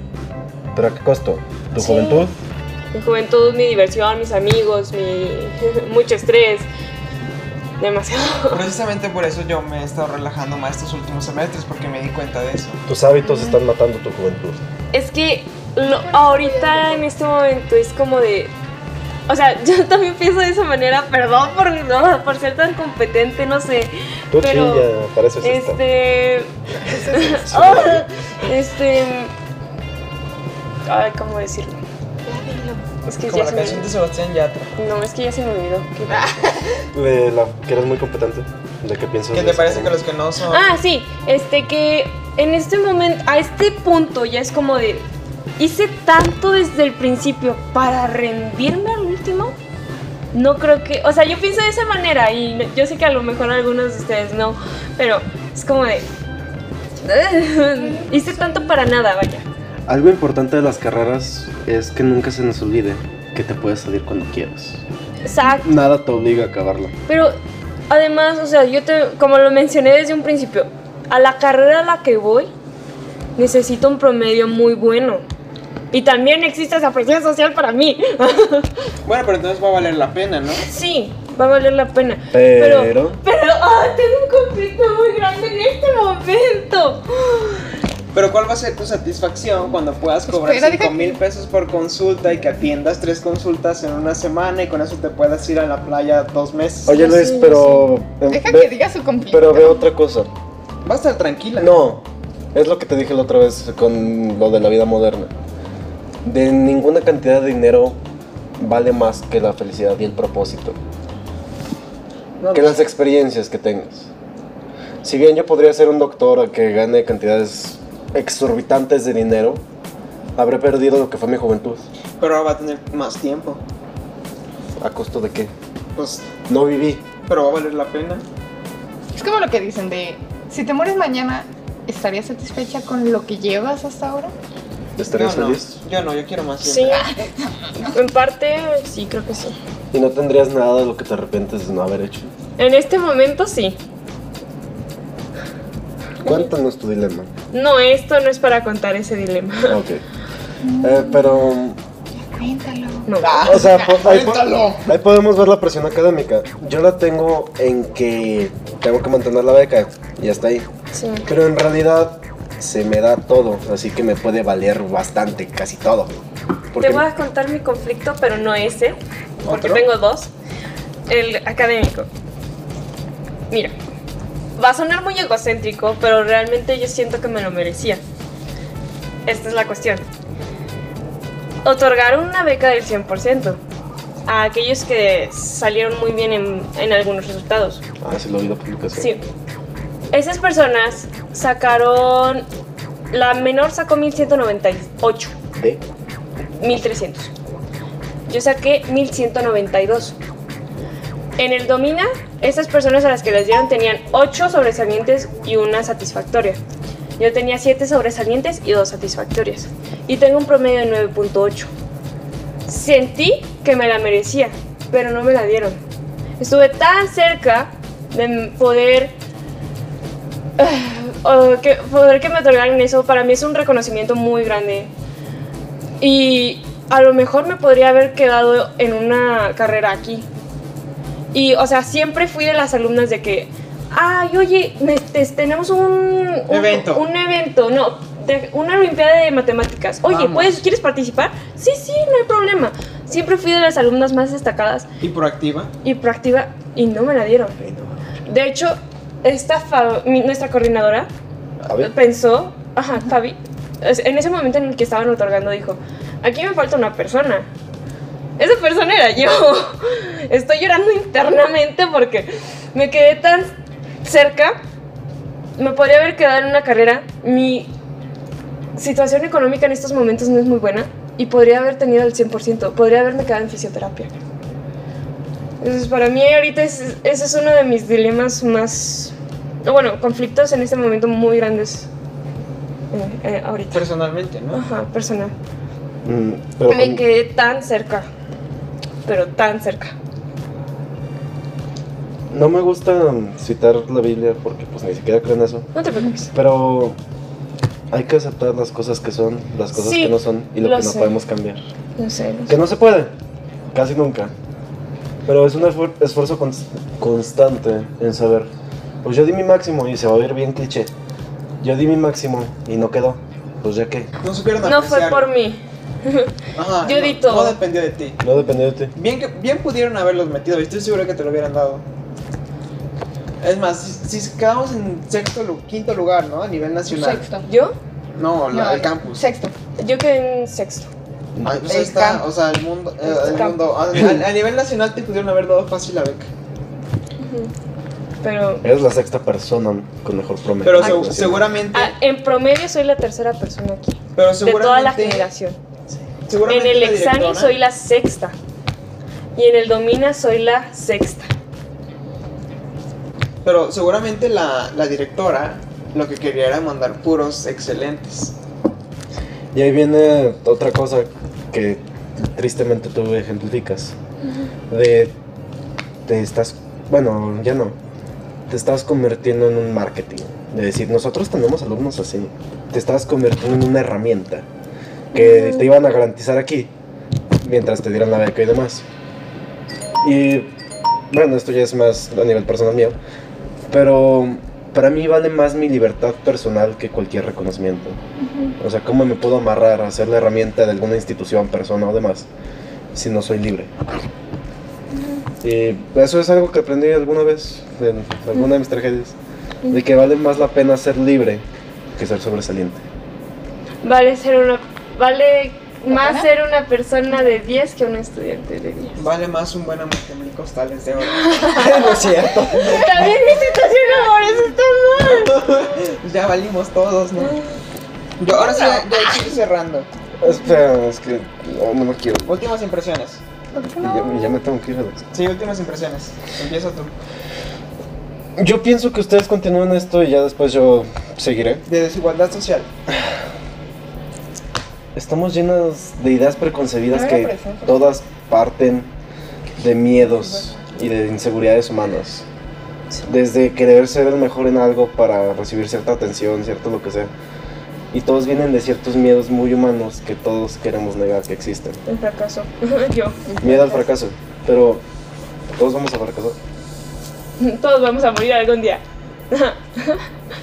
Speaker 2: pero ¿a qué costo? ¿Tu
Speaker 4: Sí.
Speaker 2: juventud?
Speaker 4: Mi juventud, mi diversión, mis amigos, mi mucho estrés. Demasiado.
Speaker 1: Precisamente por eso yo me he estado relajando más estos últimos semestres porque me di cuenta de eso.
Speaker 2: Tus hábitos están matando tu juventud.
Speaker 4: Es que lo- ahorita en este momento es como de. O sea, yo también pienso de esa manera, perdón por, no, por ser tan competente, no sé.
Speaker 2: Tú
Speaker 4: pero,
Speaker 2: sí, ya, para eso es esta.
Speaker 4: Este.
Speaker 2: Suena
Speaker 4: Ah,
Speaker 2: bien.
Speaker 4: este. Ay, ¿cómo decirlo? Es que
Speaker 1: Como
Speaker 4: ya
Speaker 1: la
Speaker 4: se me
Speaker 1: canción de Ah.
Speaker 4: olvidó.
Speaker 1: Sebastián Yatra.
Speaker 4: No, es que ya se me olvidó. Qué
Speaker 2: De la, que eres muy competente. ¿De qué piensas?
Speaker 1: ¿Qué
Speaker 2: de
Speaker 1: te
Speaker 2: eso?
Speaker 1: parece que los que no son...
Speaker 4: Ah, sí, este que en este momento, a este punto ya es como de, hice tanto desde el principio para rendirme al último. No creo que, o sea, yo pienso de esa manera y no- yo sé que a lo mejor algunos de ustedes no, pero es como de, hice tanto para nada, vaya.
Speaker 2: Algo importante de las carreras es que nunca se nos olvide que te puedes salir cuando quieras.
Speaker 4: Exacto.
Speaker 2: Nada te obliga a acabarla.
Speaker 4: Pero además, o sea, yo te, como lo mencioné desde un principio, a la carrera a la que voy necesito un promedio muy bueno. Y también existe esa presión social para mí.
Speaker 1: Bueno, pero entonces va a valer la pena, ¿no?
Speaker 4: sí, va a valer la pena.
Speaker 2: Pero-
Speaker 4: Pero, pero, ah, tengo un conflicto muy grande en este momento.
Speaker 1: Pero ¿cuál va a ser tu satisfacción cuando puedas cobrar
Speaker 3: Espera,
Speaker 1: 5
Speaker 3: deja-
Speaker 1: mil pesos por consulta y que atiendas tres consultas en una semana y con eso te puedas ir a la playa dos meses?
Speaker 2: Oye
Speaker 4: Sí,
Speaker 2: Luis,
Speaker 4: sí,
Speaker 2: pero... eh,
Speaker 3: Deja
Speaker 2: ve-
Speaker 3: que diga su conflicto.
Speaker 2: Pero ve otra cosa.
Speaker 1: Va a estar tranquila.
Speaker 2: No, es lo que te dije la otra vez con lo de la vida moderna. De ninguna cantidad de dinero vale más que la felicidad y el propósito.
Speaker 1: No,
Speaker 2: que las experiencias que tengas. Si bien yo podría ser un doctor a que gane cantidades exorbitantes de dinero, habré perdido lo que fue mi juventud.
Speaker 1: Pero ahora va a tener más tiempo.
Speaker 2: ¿A costo de qué?
Speaker 1: Pues
Speaker 2: No viví.
Speaker 1: pero va a valer la pena.
Speaker 3: Es como lo que dicen de, si te mueres mañana, ¿estarías satisfecha con lo que llevas hasta ahora?
Speaker 7: ¿Estarías
Speaker 1: yo
Speaker 7: feliz?
Speaker 1: No, yo no, yo quiero más.
Speaker 4: Sí,
Speaker 1: siempre.
Speaker 4: en parte sí, creo que sí.
Speaker 2: Y no tendrías nada de lo que te arrepientes de no haber hecho.
Speaker 4: En este momento sí.
Speaker 2: Cuéntanos tu dilema.
Speaker 4: No, esto no es para contar ese dilema.
Speaker 2: Ok. Eh, pero
Speaker 3: Cuéntalo.
Speaker 4: No.
Speaker 2: O sea, po- ahí, po- ahí podemos ver la presión académica. Yo la tengo en que tengo que mantener la beca y hasta ahí.
Speaker 4: Sí.
Speaker 2: Pero en realidad se me da todo, así que me puede valer bastante, casi todo.
Speaker 4: Te
Speaker 2: Porque
Speaker 4: voy a contar mi conflicto, pero no ese, porque
Speaker 1: ¿Otro?
Speaker 4: tengo dos. El académico. Mira, va a sonar muy egocéntrico, pero realmente yo siento que me lo merecía. Esta es la cuestión. Otorgaron una beca del 100% a aquellos que salieron muy bien en, en algunos resultados.
Speaker 2: Ah, sí, lo vi la publicación.
Speaker 4: Sí. Esas personas sacaron... La menor sacó 1198.
Speaker 2: ¿Eh?
Speaker 4: 1300. Yo saqué 1192. En el Domina, estas personas a las que les dieron tenían 8 sobresalientes y una satisfactoria. Yo tenía 7 sobresalientes y 2 satisfactorias. Y tengo un promedio de 9.8. Sentí que me la merecía, pero no me la dieron. Estuve tan cerca de m- poder ah, o que, poder que me otorgaran eso para mí es un reconocimiento muy grande. Y a lo mejor me podría haber quedado en una carrera aquí. Y, o sea, siempre fui de las alumnas de que, ay, oye, me- te- tenemos un, un-
Speaker 1: Evento.
Speaker 4: Un evento, no, de- una Olimpiada de Matemáticas. Oye,
Speaker 1: Vamos.
Speaker 4: ¿puedes, ¿quieres participar? Sí, sí, no hay problema. Siempre fui de las alumnas más destacadas
Speaker 1: Y proactiva.
Speaker 4: y proactiva y no me la dieron. De hecho, esta fa- mi- nuestra coordinadora
Speaker 2: A ver.
Speaker 4: pensó, ajá, Fabi, es- en ese momento en el que estaban otorgando dijo, aquí me falta una persona. Esa persona era yo. Estoy llorando internamente porque me quedé tan cerca. Me podría haber quedado en una carrera. Mi situación económica en estos momentos no es muy buena y podría haber tenido el 100%. Podría haberme quedado en fisioterapia. Entonces, para mí ahorita es- ese es uno de mis dilemas más... Bueno, conflictos en este momento muy grandes. eh, eh, ahorita.
Speaker 1: Personalmente, ¿no?
Speaker 4: Ajá, personal.
Speaker 2: Mm, pero
Speaker 4: Me
Speaker 2: con-
Speaker 4: quedé tan cerca. Pero tan cerca.
Speaker 2: no me gusta mm, citar la Biblia porque pues ni siquiera creen eso.
Speaker 4: No te preocupes.
Speaker 2: Pero hay que aceptar las cosas que son, las cosas
Speaker 4: Sí,
Speaker 2: que no son y lo,
Speaker 4: lo
Speaker 2: que no
Speaker 4: sé.
Speaker 2: podemos cambiar.
Speaker 4: No sé. no sé.
Speaker 2: Que no se puede, casi nunca. Pero es un esfuer- esfuerzo cons- constante en saber. Pues yo di mi máximo y se va a ver bien cliché. Yo di mi máximo y no quedó. Pues ya que,
Speaker 1: No supieron
Speaker 4: No fue
Speaker 1: apreciarlo.
Speaker 4: por mí.
Speaker 1: Ajá,
Speaker 4: yo
Speaker 1: no-
Speaker 4: di todo.
Speaker 1: No dependió de ti.
Speaker 2: no depende de ti.
Speaker 1: Bien, que, bien pudieron haberlos metido, y estoy seguro que te lo hubieran dado. Es más, si, si quedamos en sexto, lu- quinto lugar, ¿no? A nivel nacional.
Speaker 3: Sexto.
Speaker 4: ¿Yo?
Speaker 1: No, la,
Speaker 3: No,
Speaker 1: el campus.
Speaker 3: Sexto.
Speaker 4: Yo quedé en sexto.
Speaker 1: Ay, pues
Speaker 3: El
Speaker 1: está,
Speaker 3: camp-
Speaker 1: o sea, el mundo. eh,
Speaker 4: Este
Speaker 1: el
Speaker 4: camp-
Speaker 1: mundo a, a- a nivel nacional te pudieron haber dado fácil la beca.
Speaker 4: Pero
Speaker 2: Eres la sexta persona con mejor promedio.
Speaker 1: Pero
Speaker 2: Algo
Speaker 1: seg-
Speaker 2: así.
Speaker 1: seguramente.
Speaker 4: ah, en promedio soy la tercera persona aquí.
Speaker 1: pero
Speaker 4: De
Speaker 1: seguramente.
Speaker 4: toda la generación. En
Speaker 1: seguramente
Speaker 4: el
Speaker 1: la
Speaker 4: examen
Speaker 1: directora-
Speaker 4: soy la sexta. Y en el domina soy la sexta.
Speaker 1: Pero seguramente la, la directora lo que quería era mandar puros excelentes.
Speaker 2: Y ahí viene otra cosa que tristemente tú ejemplificas. De te estás, bueno, ya no. Te estás convirtiendo en un marketing. De decir, nosotros tenemos alumnos así. Te estás convirtiendo en una herramienta que te iban a garantizar aquí mientras te dieran la beca y demás. Y bueno, esto ya es más a nivel personal mío. Pero para mí vale más mi libertad personal que cualquier reconocimiento. O sea, ¿cómo me puedo amarrar a ser la herramienta de alguna institución, persona o demás si no soy libre? Y eso es algo que aprendí alguna vez en alguna de mis tragedias. De que vale más la pena ser libre que ser sobresaliente.
Speaker 4: Vale ser una. Vale
Speaker 3: ¿La
Speaker 4: más
Speaker 3: pena?
Speaker 4: ser una persona de 10 que un estudiante de 10.
Speaker 1: Vale más un buen matemático tales de oro. no es cierto.
Speaker 4: También mi situación laboral está mal.
Speaker 1: ya valimos todos, ¿no? Yo ahora sí, ya, ya estoy cerrando.
Speaker 2: Espera, es que no, no me quiero.
Speaker 1: Últimas impresiones.
Speaker 3: ¿Por qué
Speaker 2: Y
Speaker 3: no?
Speaker 2: ya, y ya me tengo que ir a la
Speaker 1: Sí, últimas impresiones. Empieza tú.
Speaker 2: Yo pienso que ustedes continúen esto y ya después yo seguiré.
Speaker 1: De desigualdad social.
Speaker 2: Estamos llenos de ideas preconcebidas
Speaker 3: No era
Speaker 2: que
Speaker 3: presente.
Speaker 2: todas parten de miedos y de inseguridades humanas. Desde querer ser el mejor en algo para recibir cierta atención, cierto lo que sea. Y todos vienen de ciertos miedos muy humanos que todos queremos negar que existen.
Speaker 4: El fracaso. Yo.
Speaker 2: Miedo al fracaso, pero todos vamos a fracasar.
Speaker 4: Todos vamos a morir algún día.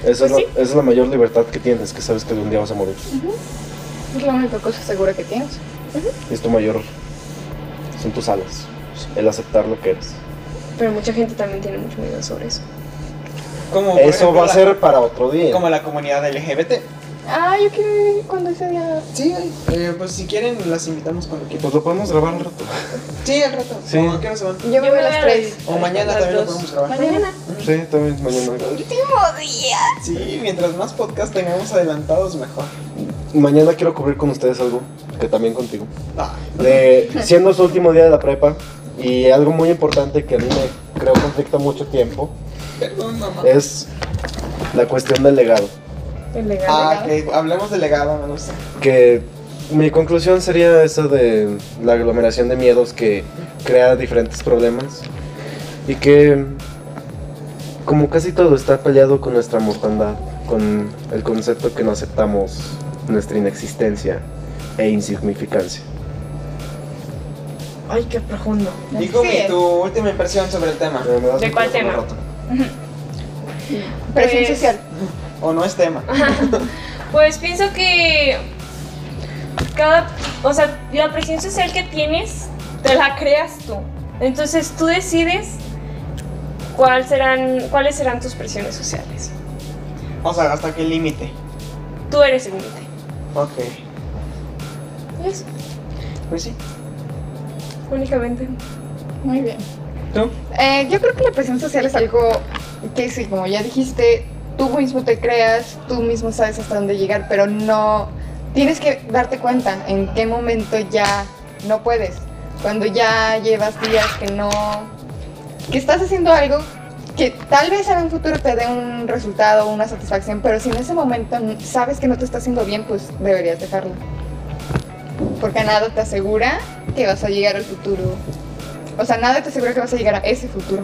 Speaker 2: Esa, es, la,
Speaker 4: sí.
Speaker 2: esa es la mayor libertad que tienes, que sabes que algún día vas a morir.
Speaker 3: Es la única cosa segura que tienes.
Speaker 2: Es tu mayor... Son tus alas. El aceptar lo que eres.
Speaker 4: Pero mucha gente también tiene mucho miedo sobre eso.
Speaker 1: Como, por
Speaker 2: Eso
Speaker 1: ejemplo,
Speaker 2: va a
Speaker 1: la-
Speaker 2: ser para otro día.
Speaker 1: Como la comunidad LGBT.
Speaker 3: Ah, yo quiero ir cuando ese día.
Speaker 1: Sí, eh, pues si quieren las invitamos cuando quieran.
Speaker 2: Pues lo podemos grabar un rato.
Speaker 1: Sí, al rato.
Speaker 2: Sí.
Speaker 1: ¿O a qué hora se van?
Speaker 3: Yo me voy a las 3.
Speaker 1: O mañana
Speaker 4: Las
Speaker 1: también lo
Speaker 4: dos.
Speaker 1: podemos grabar.
Speaker 3: Mañana.
Speaker 2: Sí, también mañana.
Speaker 1: Sí, mientras más podcast tengamos adelantados, mejor.
Speaker 2: Mañana quiero cubrir con ustedes algo, que también contigo.
Speaker 1: Ah,
Speaker 2: De, siendo su último día de la prepa, y algo muy importante que a mí me creo conflicta mucho tiempo,
Speaker 1: perdón, mamá.
Speaker 2: es la cuestión del legado.
Speaker 4: El legal.
Speaker 1: Ah, que hablemos de legado, me gusta.
Speaker 2: Que mi conclusión sería esa de la aglomeración de miedos que crea diferentes problemas y que como casi todo está peleado con nuestra mortandad, con el concepto que no aceptamos nuestra inexistencia e insignificancia.
Speaker 4: Ay, qué profundo.
Speaker 1: Y Gumi, tu última impresión sobre el tema.
Speaker 2: Pero me das
Speaker 4: ¿De
Speaker 2: un
Speaker 4: cuál
Speaker 2: teléfono
Speaker 4: tema?
Speaker 2: roto.
Speaker 3: Presión
Speaker 4: Pues-
Speaker 3: social.
Speaker 1: O no es tema.
Speaker 4: Pues pienso que cada, o sea, la presión social que tienes, te la creas tú. Entonces tú decides cuál serán, cuáles serán tus presiones sociales.
Speaker 1: O sea, hasta qué límite.
Speaker 4: Tú eres el límite.
Speaker 1: Ok.
Speaker 4: Y Eso,
Speaker 1: Pues sí.
Speaker 4: únicamente.
Speaker 3: Muy bien.
Speaker 1: ¿Tú?
Speaker 3: Eh, yo creo que la presión social es algo que sí, como ya dijiste, tú mismo te creas, tú mismo sabes hasta dónde llegar, pero no tienes que darte cuenta en qué momento ya no puedes, cuando ya llevas días que no, que estás haciendo algo que tal vez en un futuro te dé un resultado, una satisfacción, pero si en ese momento sabes que no te está haciendo bien, pues deberías dejarlo. Porque nada te asegura que vas a llegar al futuro o sea, nada te asegura que vas a llegar a ese futuro.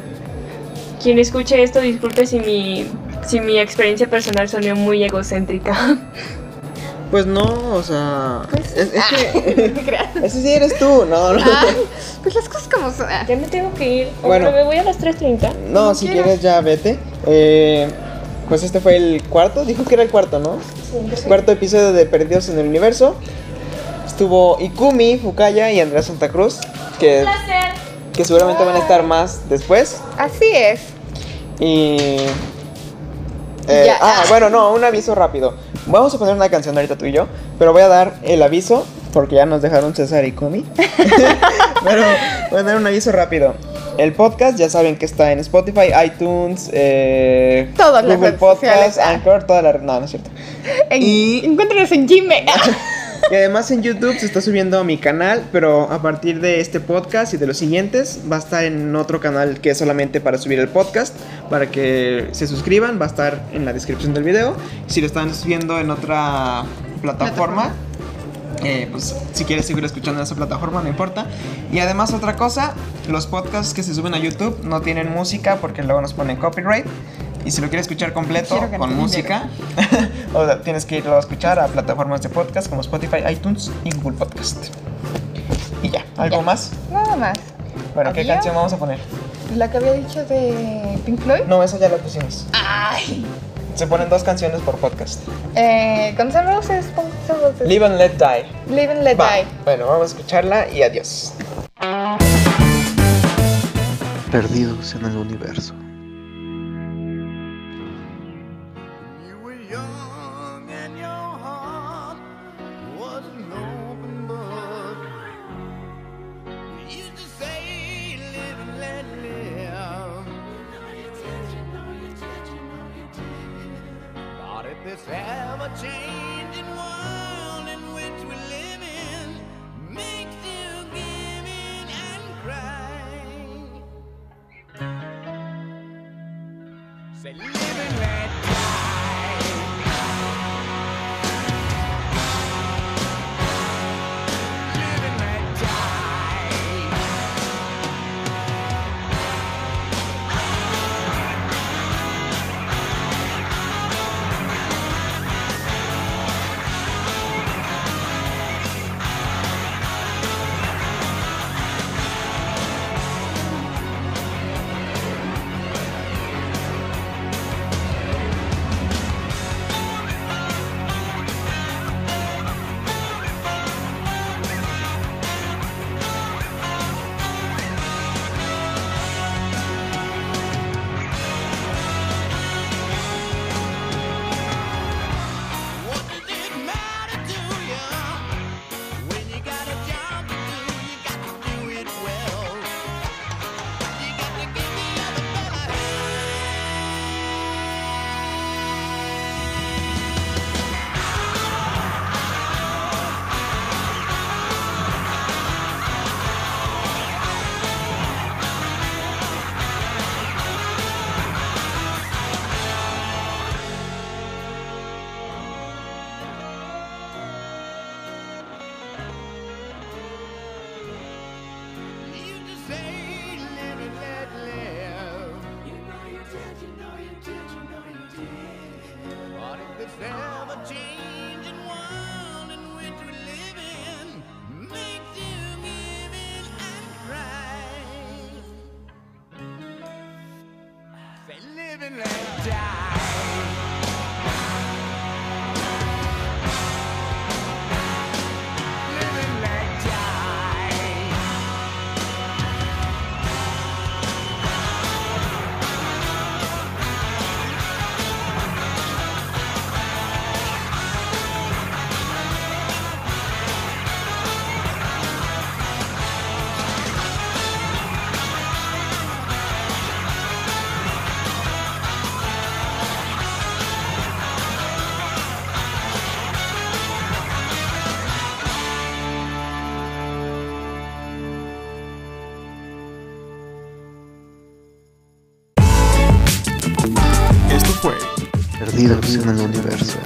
Speaker 4: Quien escuche esto, disculpe si mi, si mi experiencia personal sonó muy egocéntrica.
Speaker 1: Pues no, o sea. es, es que. Ese sí eres tú, no, no.
Speaker 3: pues las cosas como son.
Speaker 4: Ya me tengo que ir. O
Speaker 1: Bueno.
Speaker 4: pero me voy a las 3.30.
Speaker 1: No, si quieres ya vete. Eh, pues este fue el cuarto, dijo que era el cuarto, ¿no? Cuarto episodio de Perdidos en el Universo. Estuvo Ikumi, Fukaya y Andrea Santa Cruz, que, que seguramente van a estar más después.
Speaker 3: Así es.
Speaker 1: Y... eh,
Speaker 3: Ya.
Speaker 1: ah, bueno, no, un aviso rápido. Vamos a poner una canción ahorita tú y yo, pero voy a dar el aviso porque ya nos dejaron César y Comi. pero voy a dar un aviso rápido. El podcast ya saben que está en Spotify, iTunes, eh,
Speaker 3: Todas las
Speaker 1: Google
Speaker 3: redes
Speaker 1: Podcast,
Speaker 3: sociales.
Speaker 1: Anchor, toda la red. No, no es cierto.
Speaker 3: En,
Speaker 1: Y-
Speaker 3: Encuéntranos en Gmail.
Speaker 1: Y además en YouTube se está subiendo a mi canal, pero a partir de este podcast y de los siguientes va a estar en otro canal que es solamente para subir el podcast, para que se suscriban, va a estar en la descripción del video. Si lo están subiendo en otra plataforma, eh, pues si quieres seguir escuchando en esa plataforma, no importa. Y además otra cosa, los podcasts que se suben a YouTube no tienen música porque luego nos ponen copyright. Y si lo quieres escuchar completo,
Speaker 3: Quiero que
Speaker 1: con
Speaker 3: no me
Speaker 1: música, o sea, tienes que irlo a escuchar a plataformas de podcast como Spotify, iTunes y Google Podcast. Y ya, ¿algo más?
Speaker 3: Nada más.
Speaker 1: Bueno, ¿qué
Speaker 3: Adiós.
Speaker 1: canción vamos a poner?
Speaker 3: La que había dicho de Pink Floyd.
Speaker 1: No, esa ya la pusimos.
Speaker 3: Ay.
Speaker 1: Se ponen dos canciones por podcast.
Speaker 3: Eh, Guns N' Roses, Guns N' Roses.
Speaker 1: Live and Let Die.
Speaker 3: Live and Let
Speaker 1: Va.
Speaker 3: Die.
Speaker 1: Bueno, vamos a escucharla y adiós.
Speaker 8: Perdidos en el universo.
Speaker 9: You were young and your heart was an open book. You used to say, live and let live. But if this ever changing world in which we live in makes you giving and
Speaker 5: Esto fue Perdidos en el Universo.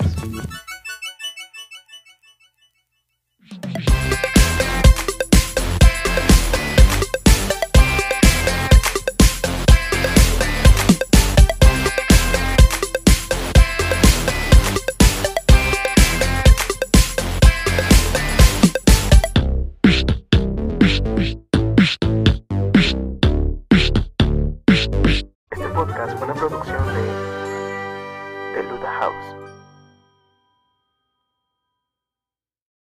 Speaker 5: Este podcast fue una producción